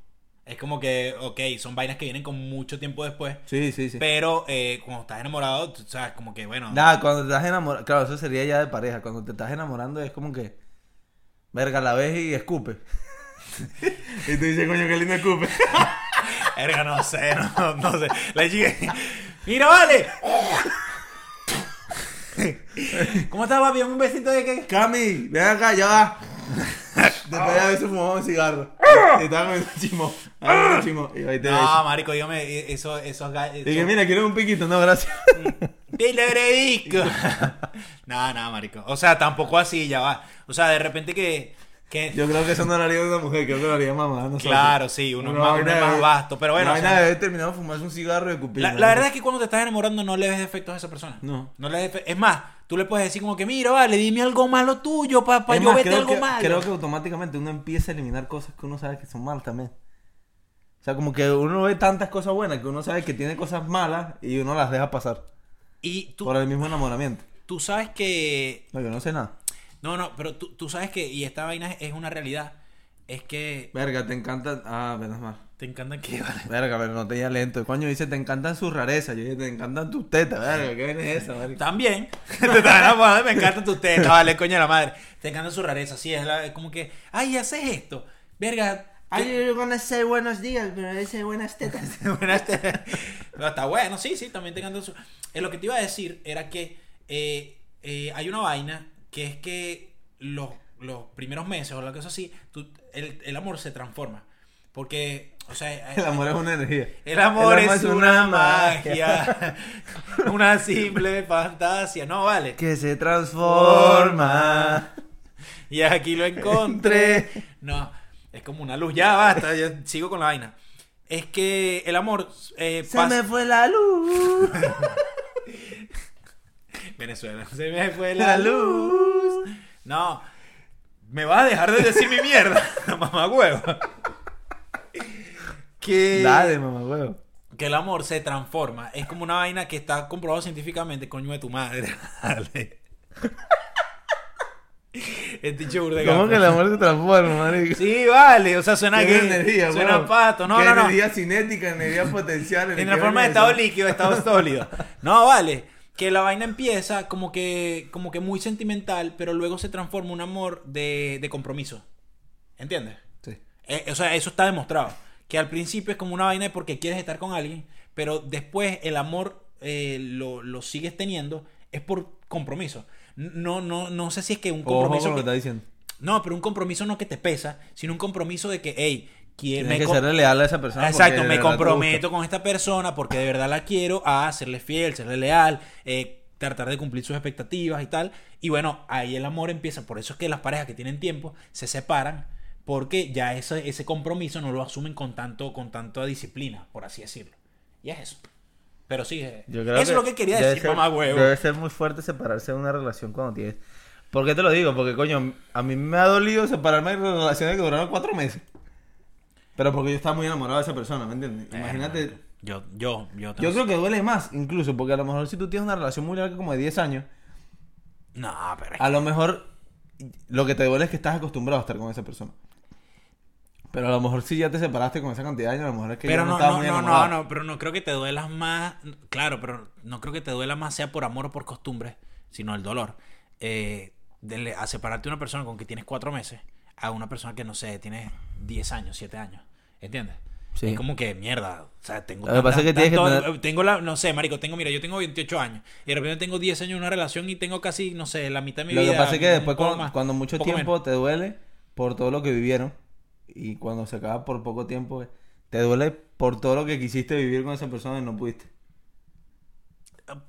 [SPEAKER 2] Es como que, ok, son vainas que vienen con mucho tiempo después.
[SPEAKER 1] Sí, sí, sí.
[SPEAKER 2] Pero eh, cuando estás enamorado, tú sabes, como que, bueno.
[SPEAKER 1] Nada, cuando te estás enamorando, claro, eso sería ya de pareja. Cuando te estás enamorando es como que, verga, la ves y escupe. <laughs> y tú dices, coño, qué lindo escupe.
[SPEAKER 2] Verga, no sé, no, no sé. La chica. ¡Mira, vale! ¿Cómo estás, papi? Un besito de que.
[SPEAKER 1] Cami, ven acá, ya
[SPEAKER 2] <laughs>
[SPEAKER 1] va. Después de haberse fumado un cigarro. y estaba con el chimo. Ahí con el chimo. Y ahí te
[SPEAKER 2] No,
[SPEAKER 1] ves.
[SPEAKER 2] marico, dígame, eh, eso, esos ga-
[SPEAKER 1] Y Dije,
[SPEAKER 2] esos-
[SPEAKER 1] mira, quiero un piquito. No,
[SPEAKER 2] <laughs>
[SPEAKER 1] gracias.
[SPEAKER 2] ¡Te lo agradezco! <laughs> no, no, marico. O sea, tampoco así, ya va. O sea, de repente que. que...
[SPEAKER 1] Yo creo que eso no lo haría una mujer, creo que lo haría mamá. nosotros.
[SPEAKER 2] Claro, sí, uno es
[SPEAKER 1] Una
[SPEAKER 2] más-
[SPEAKER 1] vaina
[SPEAKER 2] uno es
[SPEAKER 1] de-
[SPEAKER 2] más vasto, pero bueno,
[SPEAKER 1] Una
[SPEAKER 2] o sea-
[SPEAKER 1] vaina de haber terminado de fumarse un cigarro y cupir.
[SPEAKER 2] La, la verdad es que cuando te estás enamorando no le ves defectos a esa persona.
[SPEAKER 1] No.
[SPEAKER 2] le ves defe- Es más, tú le puedes decir como que, mira, vale, dime algo malo tuyo para
[SPEAKER 1] Es
[SPEAKER 2] yo
[SPEAKER 1] más,
[SPEAKER 2] vete
[SPEAKER 1] creo
[SPEAKER 2] algo
[SPEAKER 1] que,
[SPEAKER 2] malo.
[SPEAKER 1] Creo que automáticamente uno empieza a eliminar cosas que uno sabe que son malas también. O sea, como que uno ve tantas cosas buenas que uno sabe que tiene cosas malas y uno las deja pasar.
[SPEAKER 2] Y tú,
[SPEAKER 1] Por el mismo enamoramiento.
[SPEAKER 2] tú sabes que...
[SPEAKER 1] No, yo no sé nada.
[SPEAKER 2] No, no, pero tú, tú sabes que... Y esta vaina es una realidad. Es que...
[SPEAKER 1] Verga, te encantan. Ah, menos mal.
[SPEAKER 2] Te encantan que...
[SPEAKER 1] Verga, pero no tenía lento. El coño dice, te encantan sus rarezas. Yo dije, te encantan tus tetas, verga. ¿Qué vaina es esa, verga?
[SPEAKER 2] También. <laughs> te estás enamorando, me encantan tus tetas, vale, coño de la madre. Te encantan su rareza, sí, es, la- es como que... Ay, haces esto. Verga. ¿qué-
[SPEAKER 1] Ay, yo gonna say buenos días, pero dice buenas tetas.
[SPEAKER 2] Buenas te- <laughs> este, No, está bueno, sí, sí, también tengan su... Eh, lo que te iba a decir era que eh, eh, hay una vaina que es que los, los primeros meses o la cosa así, tú- el, el amor se transforma. Porque, o sea, eh,
[SPEAKER 1] <laughs> El amor es una energía.
[SPEAKER 2] el amor es una magia, <laughs> una simple fantasía, no vale.
[SPEAKER 1] Que se transforma.
[SPEAKER 2] Y aquí lo encontré. No, es como una luz, ya basta, yo sigo con la vaina. Es que el amor eh,
[SPEAKER 1] Se
[SPEAKER 2] pasa-
[SPEAKER 1] me fue la luz.
[SPEAKER 2] Venezuela. Se me fue
[SPEAKER 1] <laughs> La
[SPEAKER 2] la luz.
[SPEAKER 1] luz.
[SPEAKER 2] No. Me vas a dejar de decir mi mierda, <laughs> mamá huevo. Que,
[SPEAKER 1] Dale, mamá, huevo.
[SPEAKER 2] que el amor se transforma. Es como una vaina que está comprobado científicamente, coño de tu madre. <laughs> Dale. El dicho burda de
[SPEAKER 1] ¿Cómo
[SPEAKER 2] gafas.
[SPEAKER 1] que el amor se transforma, marico?
[SPEAKER 2] Sí, vale. O sea, suena
[SPEAKER 1] Tiene
[SPEAKER 2] que.
[SPEAKER 1] energía,
[SPEAKER 2] suena
[SPEAKER 1] huevo.
[SPEAKER 2] pato. No,
[SPEAKER 1] Tiene
[SPEAKER 2] no, no.
[SPEAKER 1] Energía cinética, energía potencial.
[SPEAKER 2] En
[SPEAKER 1] energía
[SPEAKER 2] la forma de
[SPEAKER 1] universal.
[SPEAKER 2] estado
[SPEAKER 1] <laughs>
[SPEAKER 2] líquido, estado sólido. No, vale. Que la vaina empieza como que, como que muy sentimental, pero luego se transforma en un amor de, de compromiso. ¿Entiendes?
[SPEAKER 1] Sí.
[SPEAKER 2] Eh, o sea, eso está demostrado. Que al principio es como una vaina de porque quieres estar con alguien, pero después el amor eh, lo, lo sigues teniendo es por compromiso. No, no, no sé si es que un
[SPEAKER 1] Ojo con
[SPEAKER 2] compromiso.
[SPEAKER 1] lo que
[SPEAKER 2] que-
[SPEAKER 1] está diciendo.
[SPEAKER 2] No, pero un compromiso no que te pesa, sino un compromiso de que, hey, quiero.
[SPEAKER 1] Tienes que serle leal a esa persona. porque de
[SPEAKER 2] Exacto, me
[SPEAKER 1] verdad te
[SPEAKER 2] comprometo con esta persona porque de verdad la quiero a serle fiel, serle leal, eh, tratar de cumplir sus expectativas y tal. Y bueno, ahí el amor empieza. Por eso es que las parejas que tienen tiempo se separan porque ya ese, ese compromiso no lo asumen con tanto con tanta disciplina, por así decirlo. Y es eso. Pero sí, eh,
[SPEAKER 1] gusta. Yo
[SPEAKER 2] eso
[SPEAKER 1] creo
[SPEAKER 2] es lo que quería
[SPEAKER 1] debe
[SPEAKER 2] decir,
[SPEAKER 1] ser-
[SPEAKER 2] mamá huevo.
[SPEAKER 1] Debe ser muy fuerte separarse de una relación cuando tienes. ¿Por qué te lo digo? Porque, coño, a mí me ha dolido separarme de relaciones que duraron cuatro meses. Pero porque yo estaba muy enamorado de esa persona, ¿me entiendes?
[SPEAKER 2] Eh,
[SPEAKER 1] Imagínate.
[SPEAKER 2] Yo, yo, yo.
[SPEAKER 1] Yo creo que duele más, incluso, porque a lo mejor si tú tienes una relación muy larga como de 10 años,
[SPEAKER 2] No, pero es
[SPEAKER 1] a lo mejor lo que te duele es que estás acostumbrado a estar con esa persona. Pero a lo mejor si ya te separaste con esa cantidad de años, a lo mejor es que
[SPEAKER 2] Pero
[SPEAKER 1] ya
[SPEAKER 2] no,
[SPEAKER 1] estabas
[SPEAKER 2] no,
[SPEAKER 1] muy
[SPEAKER 2] no, no,
[SPEAKER 1] enamorado.
[SPEAKER 2] no, pero no creo que te duelas más, claro, pero no creo que te duela más sea por amor o por costumbre, sino el dolor. Eh, de- a separarte de una persona con que tienes cuatro meses a una persona que, no sé, tiene 10 años, 7 años, ¿entiendes?
[SPEAKER 1] Sí.
[SPEAKER 2] Es como que, mierda, o sea, tengo...
[SPEAKER 1] Lo que pasa es que tienes que tener-
[SPEAKER 2] eh, Tengo la, no sé, marico, tengo, mira, yo tengo 28 años y de repente tengo 10 años en una relación y tengo casi, no sé, la mitad de mi
[SPEAKER 1] Lo
[SPEAKER 2] vida.
[SPEAKER 1] que pasa es que
[SPEAKER 2] un
[SPEAKER 1] después
[SPEAKER 2] poco
[SPEAKER 1] cuando,
[SPEAKER 2] más,
[SPEAKER 1] cuando mucho
[SPEAKER 2] poco
[SPEAKER 1] tiempo
[SPEAKER 2] menos.
[SPEAKER 1] te duele por todo lo que vivieron y cuando se acaba por poco tiempo eh, te duele por todo lo que quisiste vivir con esa persona y no pudiste.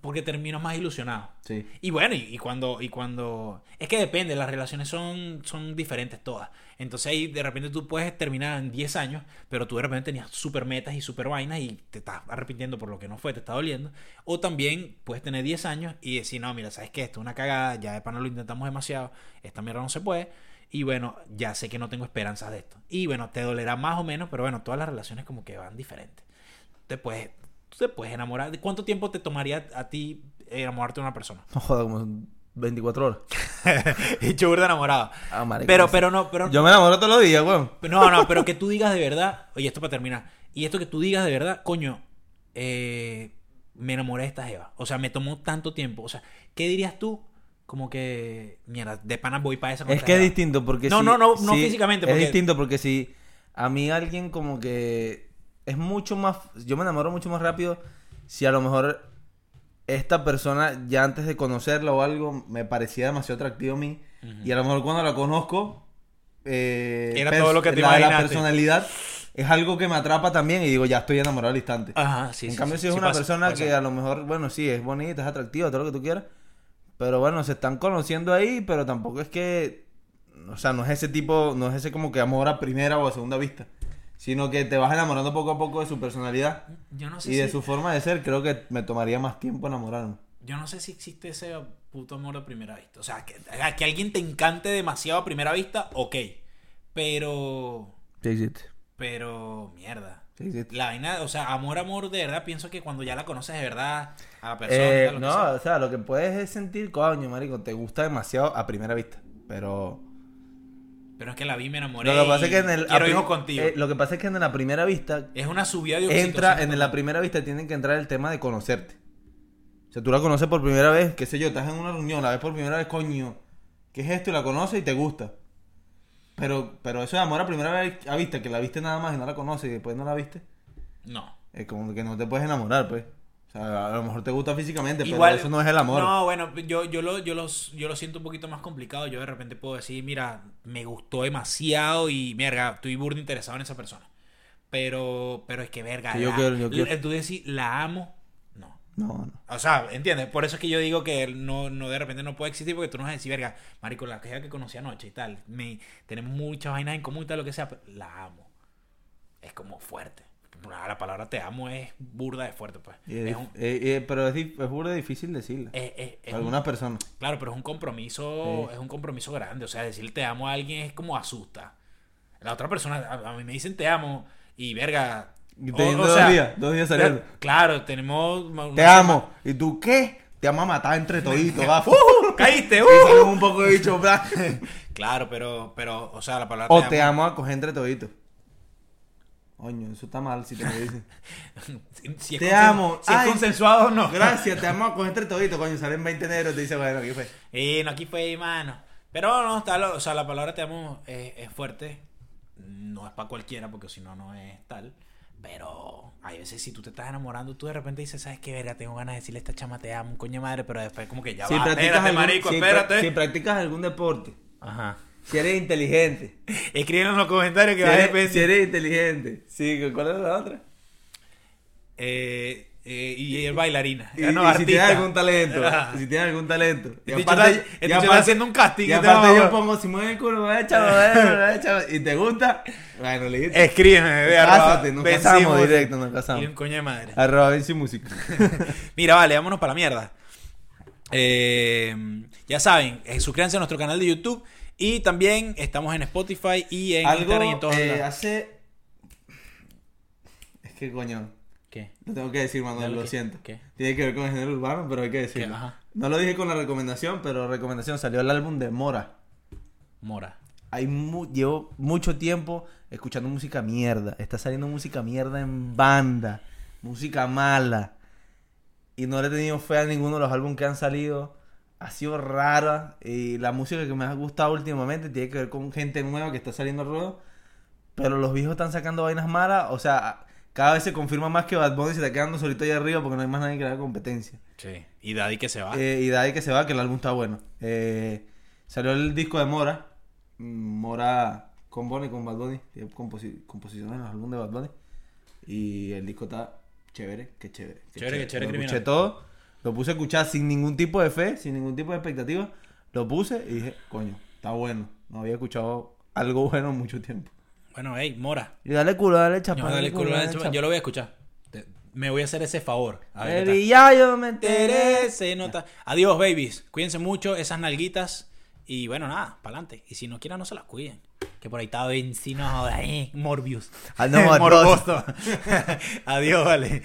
[SPEAKER 2] Porque terminas más ilusionado.
[SPEAKER 1] Sí.
[SPEAKER 2] Y bueno, y, y cuando, y cuando. Es que depende, las relaciones son, son diferentes todas. Entonces ahí de repente tú puedes terminar en 10 años, pero tú de repente tenías super metas y super vainas y te estás arrepintiendo por lo que no fue, te está doliendo. O también puedes tener 10 años y decir, no, mira, sabes que esto es una cagada, ya de pana lo intentamos demasiado, esta mierda no se puede. Y bueno, ya sé que no tengo esperanzas de esto. Y bueno, te dolerá más o menos, pero bueno, todas las relaciones como que van diferentes te puedes, tú te puedes enamorar. ¿De ¿Cuánto tiempo te tomaría a ti enamorarte de una persona?
[SPEAKER 1] No joda, como 24 horas.
[SPEAKER 2] <laughs> y yo burda enamorado.
[SPEAKER 1] Ah, marico,
[SPEAKER 2] pero,
[SPEAKER 1] no sé.
[SPEAKER 2] pero no, pero
[SPEAKER 1] Yo me enamoro todos los días, weón.
[SPEAKER 2] no, no, pero que tú digas de verdad, oye, esto para terminar, y esto que tú digas de verdad, coño, eh, me enamoré de esta Eva. O sea, me tomó tanto tiempo. O sea, ¿qué dirías tú? Como que, mierda, de pana voy para esa con
[SPEAKER 1] Es
[SPEAKER 2] esta
[SPEAKER 1] que es
[SPEAKER 2] jeva.
[SPEAKER 1] distinto porque
[SPEAKER 2] No,
[SPEAKER 1] si-
[SPEAKER 2] no, no, no
[SPEAKER 1] si-
[SPEAKER 2] físicamente,
[SPEAKER 1] Es
[SPEAKER 2] porque-
[SPEAKER 1] distinto porque si a mí alguien como que es mucho más... Yo me enamoro mucho más rápido si a lo mejor esta persona ya antes de conocerla o algo me parecía demasiado atractivo a mí y a lo mejor cuando la conozco... eh,
[SPEAKER 2] Era
[SPEAKER 1] pers-
[SPEAKER 2] todo lo que te
[SPEAKER 1] la, la
[SPEAKER 2] imaginaste.
[SPEAKER 1] personalidad es algo que me atrapa también y digo, ya estoy enamorado al instante.
[SPEAKER 2] Ajá, sí,
[SPEAKER 1] en
[SPEAKER 2] sí,
[SPEAKER 1] cambio,
[SPEAKER 2] sí,
[SPEAKER 1] si es
[SPEAKER 2] sí
[SPEAKER 1] una
[SPEAKER 2] pasa,
[SPEAKER 1] persona
[SPEAKER 2] pasa.
[SPEAKER 1] que a lo mejor, bueno, sí, es bonita, es atractiva, todo lo que tú quieras. Pero bueno, se están conociendo ahí, pero tampoco es que. O sea, no es ese tipo, no es ese como que amor a primera o a segunda vista. Sino que te vas enamorando poco a poco de su personalidad
[SPEAKER 2] Yo no sé
[SPEAKER 1] y de
[SPEAKER 2] si-
[SPEAKER 1] su forma de ser. Creo que me tomaría más tiempo enamorarme.
[SPEAKER 2] Yo no sé si existe ese puto amor a primera vista. O sea, que, a que alguien te encante demasiado a primera vista, ok. Pero.
[SPEAKER 1] Sí existe.
[SPEAKER 2] Pero. Mierda.
[SPEAKER 1] Sí existe.
[SPEAKER 2] La vaina, o sea, amor, amor, de verdad, pienso que cuando ya la conoces de verdad a la persona.
[SPEAKER 1] Eh,
[SPEAKER 2] tal, lo que
[SPEAKER 1] no,
[SPEAKER 2] sea.
[SPEAKER 1] o sea, lo que puedes es sentir, coño, marico, te gusta demasiado a primera vista. Pero.
[SPEAKER 2] Pero es que la vi, me enamoré.
[SPEAKER 1] Lo que pasa es que en
[SPEAKER 2] y
[SPEAKER 1] el. a
[SPEAKER 2] Quiero
[SPEAKER 1] pri-
[SPEAKER 2] hijos contigo.
[SPEAKER 1] eh, lo que pasa es que en la primera vista
[SPEAKER 2] Es una subida de
[SPEAKER 1] entra
[SPEAKER 2] oxitocina.
[SPEAKER 1] en la primera vista tienen que entrar el tema de conocerte. O sea, tú la conoces por primera vez, qué sé yo, estás en una reunión, la ves por primera vez, coño, ¿qué es esto? Y la conoces y te gusta. Pero, pero eso de amor a primera vez a vista, que la viste nada más y no la conoces y después no la viste,
[SPEAKER 2] No.
[SPEAKER 1] es como que no te puedes enamorar, pues. O sea, a lo mejor te gusta físicamente, pero
[SPEAKER 2] Igual-
[SPEAKER 1] eso no es el amor.
[SPEAKER 2] No, bueno, yo, yo, lo, yo, los, yo lo siento un poquito más complicado. Yo de repente puedo decir, mira, me gustó demasiado y, mierda, estoy burdo interesado en esa persona. Pero, pero es que, verga,
[SPEAKER 1] Que yo
[SPEAKER 2] la-
[SPEAKER 1] quiero, yo quiero.
[SPEAKER 2] la- tú decís, la amo, no.
[SPEAKER 1] No, no.
[SPEAKER 2] O sea, ¿entiendes? Por eso es que yo digo que no, no de repente no puede existir porque tú no vas a decir, verga, marico, la queja que conocí anoche y tal, me, tenemos muchas vainas en común y tal, lo que sea, pero la amo. Es como fuerte. La la palabra te amo es burda de fuerte, pues.
[SPEAKER 1] Y es
[SPEAKER 2] Es
[SPEAKER 1] dif-
[SPEAKER 2] un-
[SPEAKER 1] eh, eh, pero es, dif- es burda difícil decirla.
[SPEAKER 2] es- es- es un-
[SPEAKER 1] Algunas personas.
[SPEAKER 2] Claro, pero es un compromiso,
[SPEAKER 1] Sí.
[SPEAKER 2] es un compromiso grande. O sea, decir te amo a alguien es como asusta. La otra persona, a, a mí me dicen te amo y verga.
[SPEAKER 1] Y
[SPEAKER 2] o-
[SPEAKER 1] teniendo
[SPEAKER 2] o
[SPEAKER 1] dos
[SPEAKER 2] sea,
[SPEAKER 1] días, dos días saliendo.
[SPEAKER 2] pero- Claro, tenemos. una-
[SPEAKER 1] Te amo. ¿Y tú qué? Te amo a matar entre toditos, gafo.
[SPEAKER 2] <laughs>
[SPEAKER 1] <laughs>
[SPEAKER 2] Caíste,
[SPEAKER 1] Y
[SPEAKER 2] uh.
[SPEAKER 1] sale un poco de bicho,
[SPEAKER 2] <laughs>
[SPEAKER 1] bla.
[SPEAKER 2] Claro, pero, pero, o sea, la palabra
[SPEAKER 1] O te amo a coger entre toditos. Coño, eso está mal si te lo dicen.
[SPEAKER 2] Si- si es
[SPEAKER 1] Te
[SPEAKER 2] consen-
[SPEAKER 1] amo.
[SPEAKER 2] Si es
[SPEAKER 1] Ay.
[SPEAKER 2] consensuado o no.
[SPEAKER 1] <laughs> Gracias, te amo a coger entre toditos, coño. Salen 20 de enero, te dice, bueno, aquí fue.
[SPEAKER 2] Eh, no, aquí fue, mano. Pero no, está lo- o sea, la palabra te amo es, es fuerte. No es para cualquiera, porque si no, no es tal. Pero hay veces si tú te estás enamorando, tú de repente dices, ¿sabes qué verga? Tengo ganas de decirle a esta chama te amo, coño madre, pero después como que ya va.
[SPEAKER 4] espérate, marico,
[SPEAKER 1] si pra-
[SPEAKER 4] espérate.
[SPEAKER 1] si practicas algún deporte,
[SPEAKER 2] Ajá.
[SPEAKER 1] si eres
[SPEAKER 2] <laughs>
[SPEAKER 1] inteligente,
[SPEAKER 2] Escríbelo en los comentarios
[SPEAKER 1] si
[SPEAKER 2] que va a
[SPEAKER 1] eres, si
[SPEAKER 2] depender.
[SPEAKER 1] eres inteligente, sí, ¿cuál era la otra?
[SPEAKER 2] Eh, eh, y es bailarina.
[SPEAKER 1] Y,
[SPEAKER 2] Ah, no,
[SPEAKER 1] y si
[SPEAKER 2] artista.
[SPEAKER 1] tienes algún talento,
[SPEAKER 2] <laughs> Ajá.
[SPEAKER 1] si tienes algún talento. Y
[SPEAKER 2] Este
[SPEAKER 1] aparte,
[SPEAKER 2] chamo-
[SPEAKER 1] y
[SPEAKER 2] este chamo
[SPEAKER 1] aparte-
[SPEAKER 2] haciendo un casting. este
[SPEAKER 1] y
[SPEAKER 2] que te
[SPEAKER 1] aparte
[SPEAKER 2] va-
[SPEAKER 1] yo pongo, si mueve el culo, va, échalo, va, échalo, y te gusta, bueno, le dices,
[SPEAKER 2] Escríbeme, de
[SPEAKER 1] Cásate, nos casamos directo, nos casamos.
[SPEAKER 2] Y un coño de madre.
[SPEAKER 1] Arroba Vinci Música.
[SPEAKER 2] Mira, vale, vámonos para la mierda. Eh, ya saben, eh, suscríbanse a nuestro canal de YouTube y también estamos en Spotify y en
[SPEAKER 1] Algo
[SPEAKER 2] Instagram y en todos
[SPEAKER 1] eh,
[SPEAKER 2] lados.
[SPEAKER 1] hace... Es que coño,
[SPEAKER 2] ¿Qué?
[SPEAKER 1] lo tengo que decir, Manuel,
[SPEAKER 2] Dale,
[SPEAKER 1] lo
[SPEAKER 2] ¿qué?
[SPEAKER 1] siento.
[SPEAKER 2] ¿Qué?
[SPEAKER 1] Tiene que ver con el género urbano, pero hay que decirlo.
[SPEAKER 2] ¿Qué? Ajá.
[SPEAKER 1] No lo dije con la recomendación, pero recomendación, salió el álbum de Mora.
[SPEAKER 2] Mora.
[SPEAKER 1] Hay mu- llevo mucho tiempo escuchando música mierda. Está saliendo música mierda en banda. Música mala. Y no le he tenido fe a ninguno de los álbumes que han salido. Ha sido rara. Y la música que me ha gustado últimamente tiene que ver con gente nueva que está saliendo al ruedo. Pero los viejos están sacando vainas malas. O sea, cada vez se confirma más que Bad Bunny se está quedando solito ahí arriba porque no hay más nadie que le haga competencia.
[SPEAKER 2] Sí. Y Daddy que se va.
[SPEAKER 1] Eh, y de ahí que se va, que el álbum está bueno. Eh, salió el disco de Mora. Mm, Mora con Bonnie, con Bad Bunny. Tiene composi- composiciones en los álbumes de Bad Bunny. Y el disco está chévere, que chévere. que
[SPEAKER 2] Chévere, que chévere,
[SPEAKER 1] Lo
[SPEAKER 2] criminal.
[SPEAKER 1] escuché todo. Lo puse a escuchar sin ningún tipo de fe, sin ningún tipo de expectativa. Lo puse y dije, coño, está bueno. No había escuchado algo bueno en mucho tiempo.
[SPEAKER 2] Bueno, hey, Mora.
[SPEAKER 1] Y dale culo, dale chapa.
[SPEAKER 2] No, dale culo, dale, chaval. Yo lo voy a escuchar. Te- me voy a hacer ese favor. A ver, ¿qué tal?
[SPEAKER 1] yo me enteré.
[SPEAKER 2] Tere, se nota. Adiós, babies. Cuídense mucho esas nalguitas. Y bueno, nada, para adelante. Y si no quieran, no se las cuiden. Que por ahí está <laughs> Vinci, no jodas, eh, Morbius.
[SPEAKER 1] Ah, no,
[SPEAKER 2] Morboso. Adiós, vale.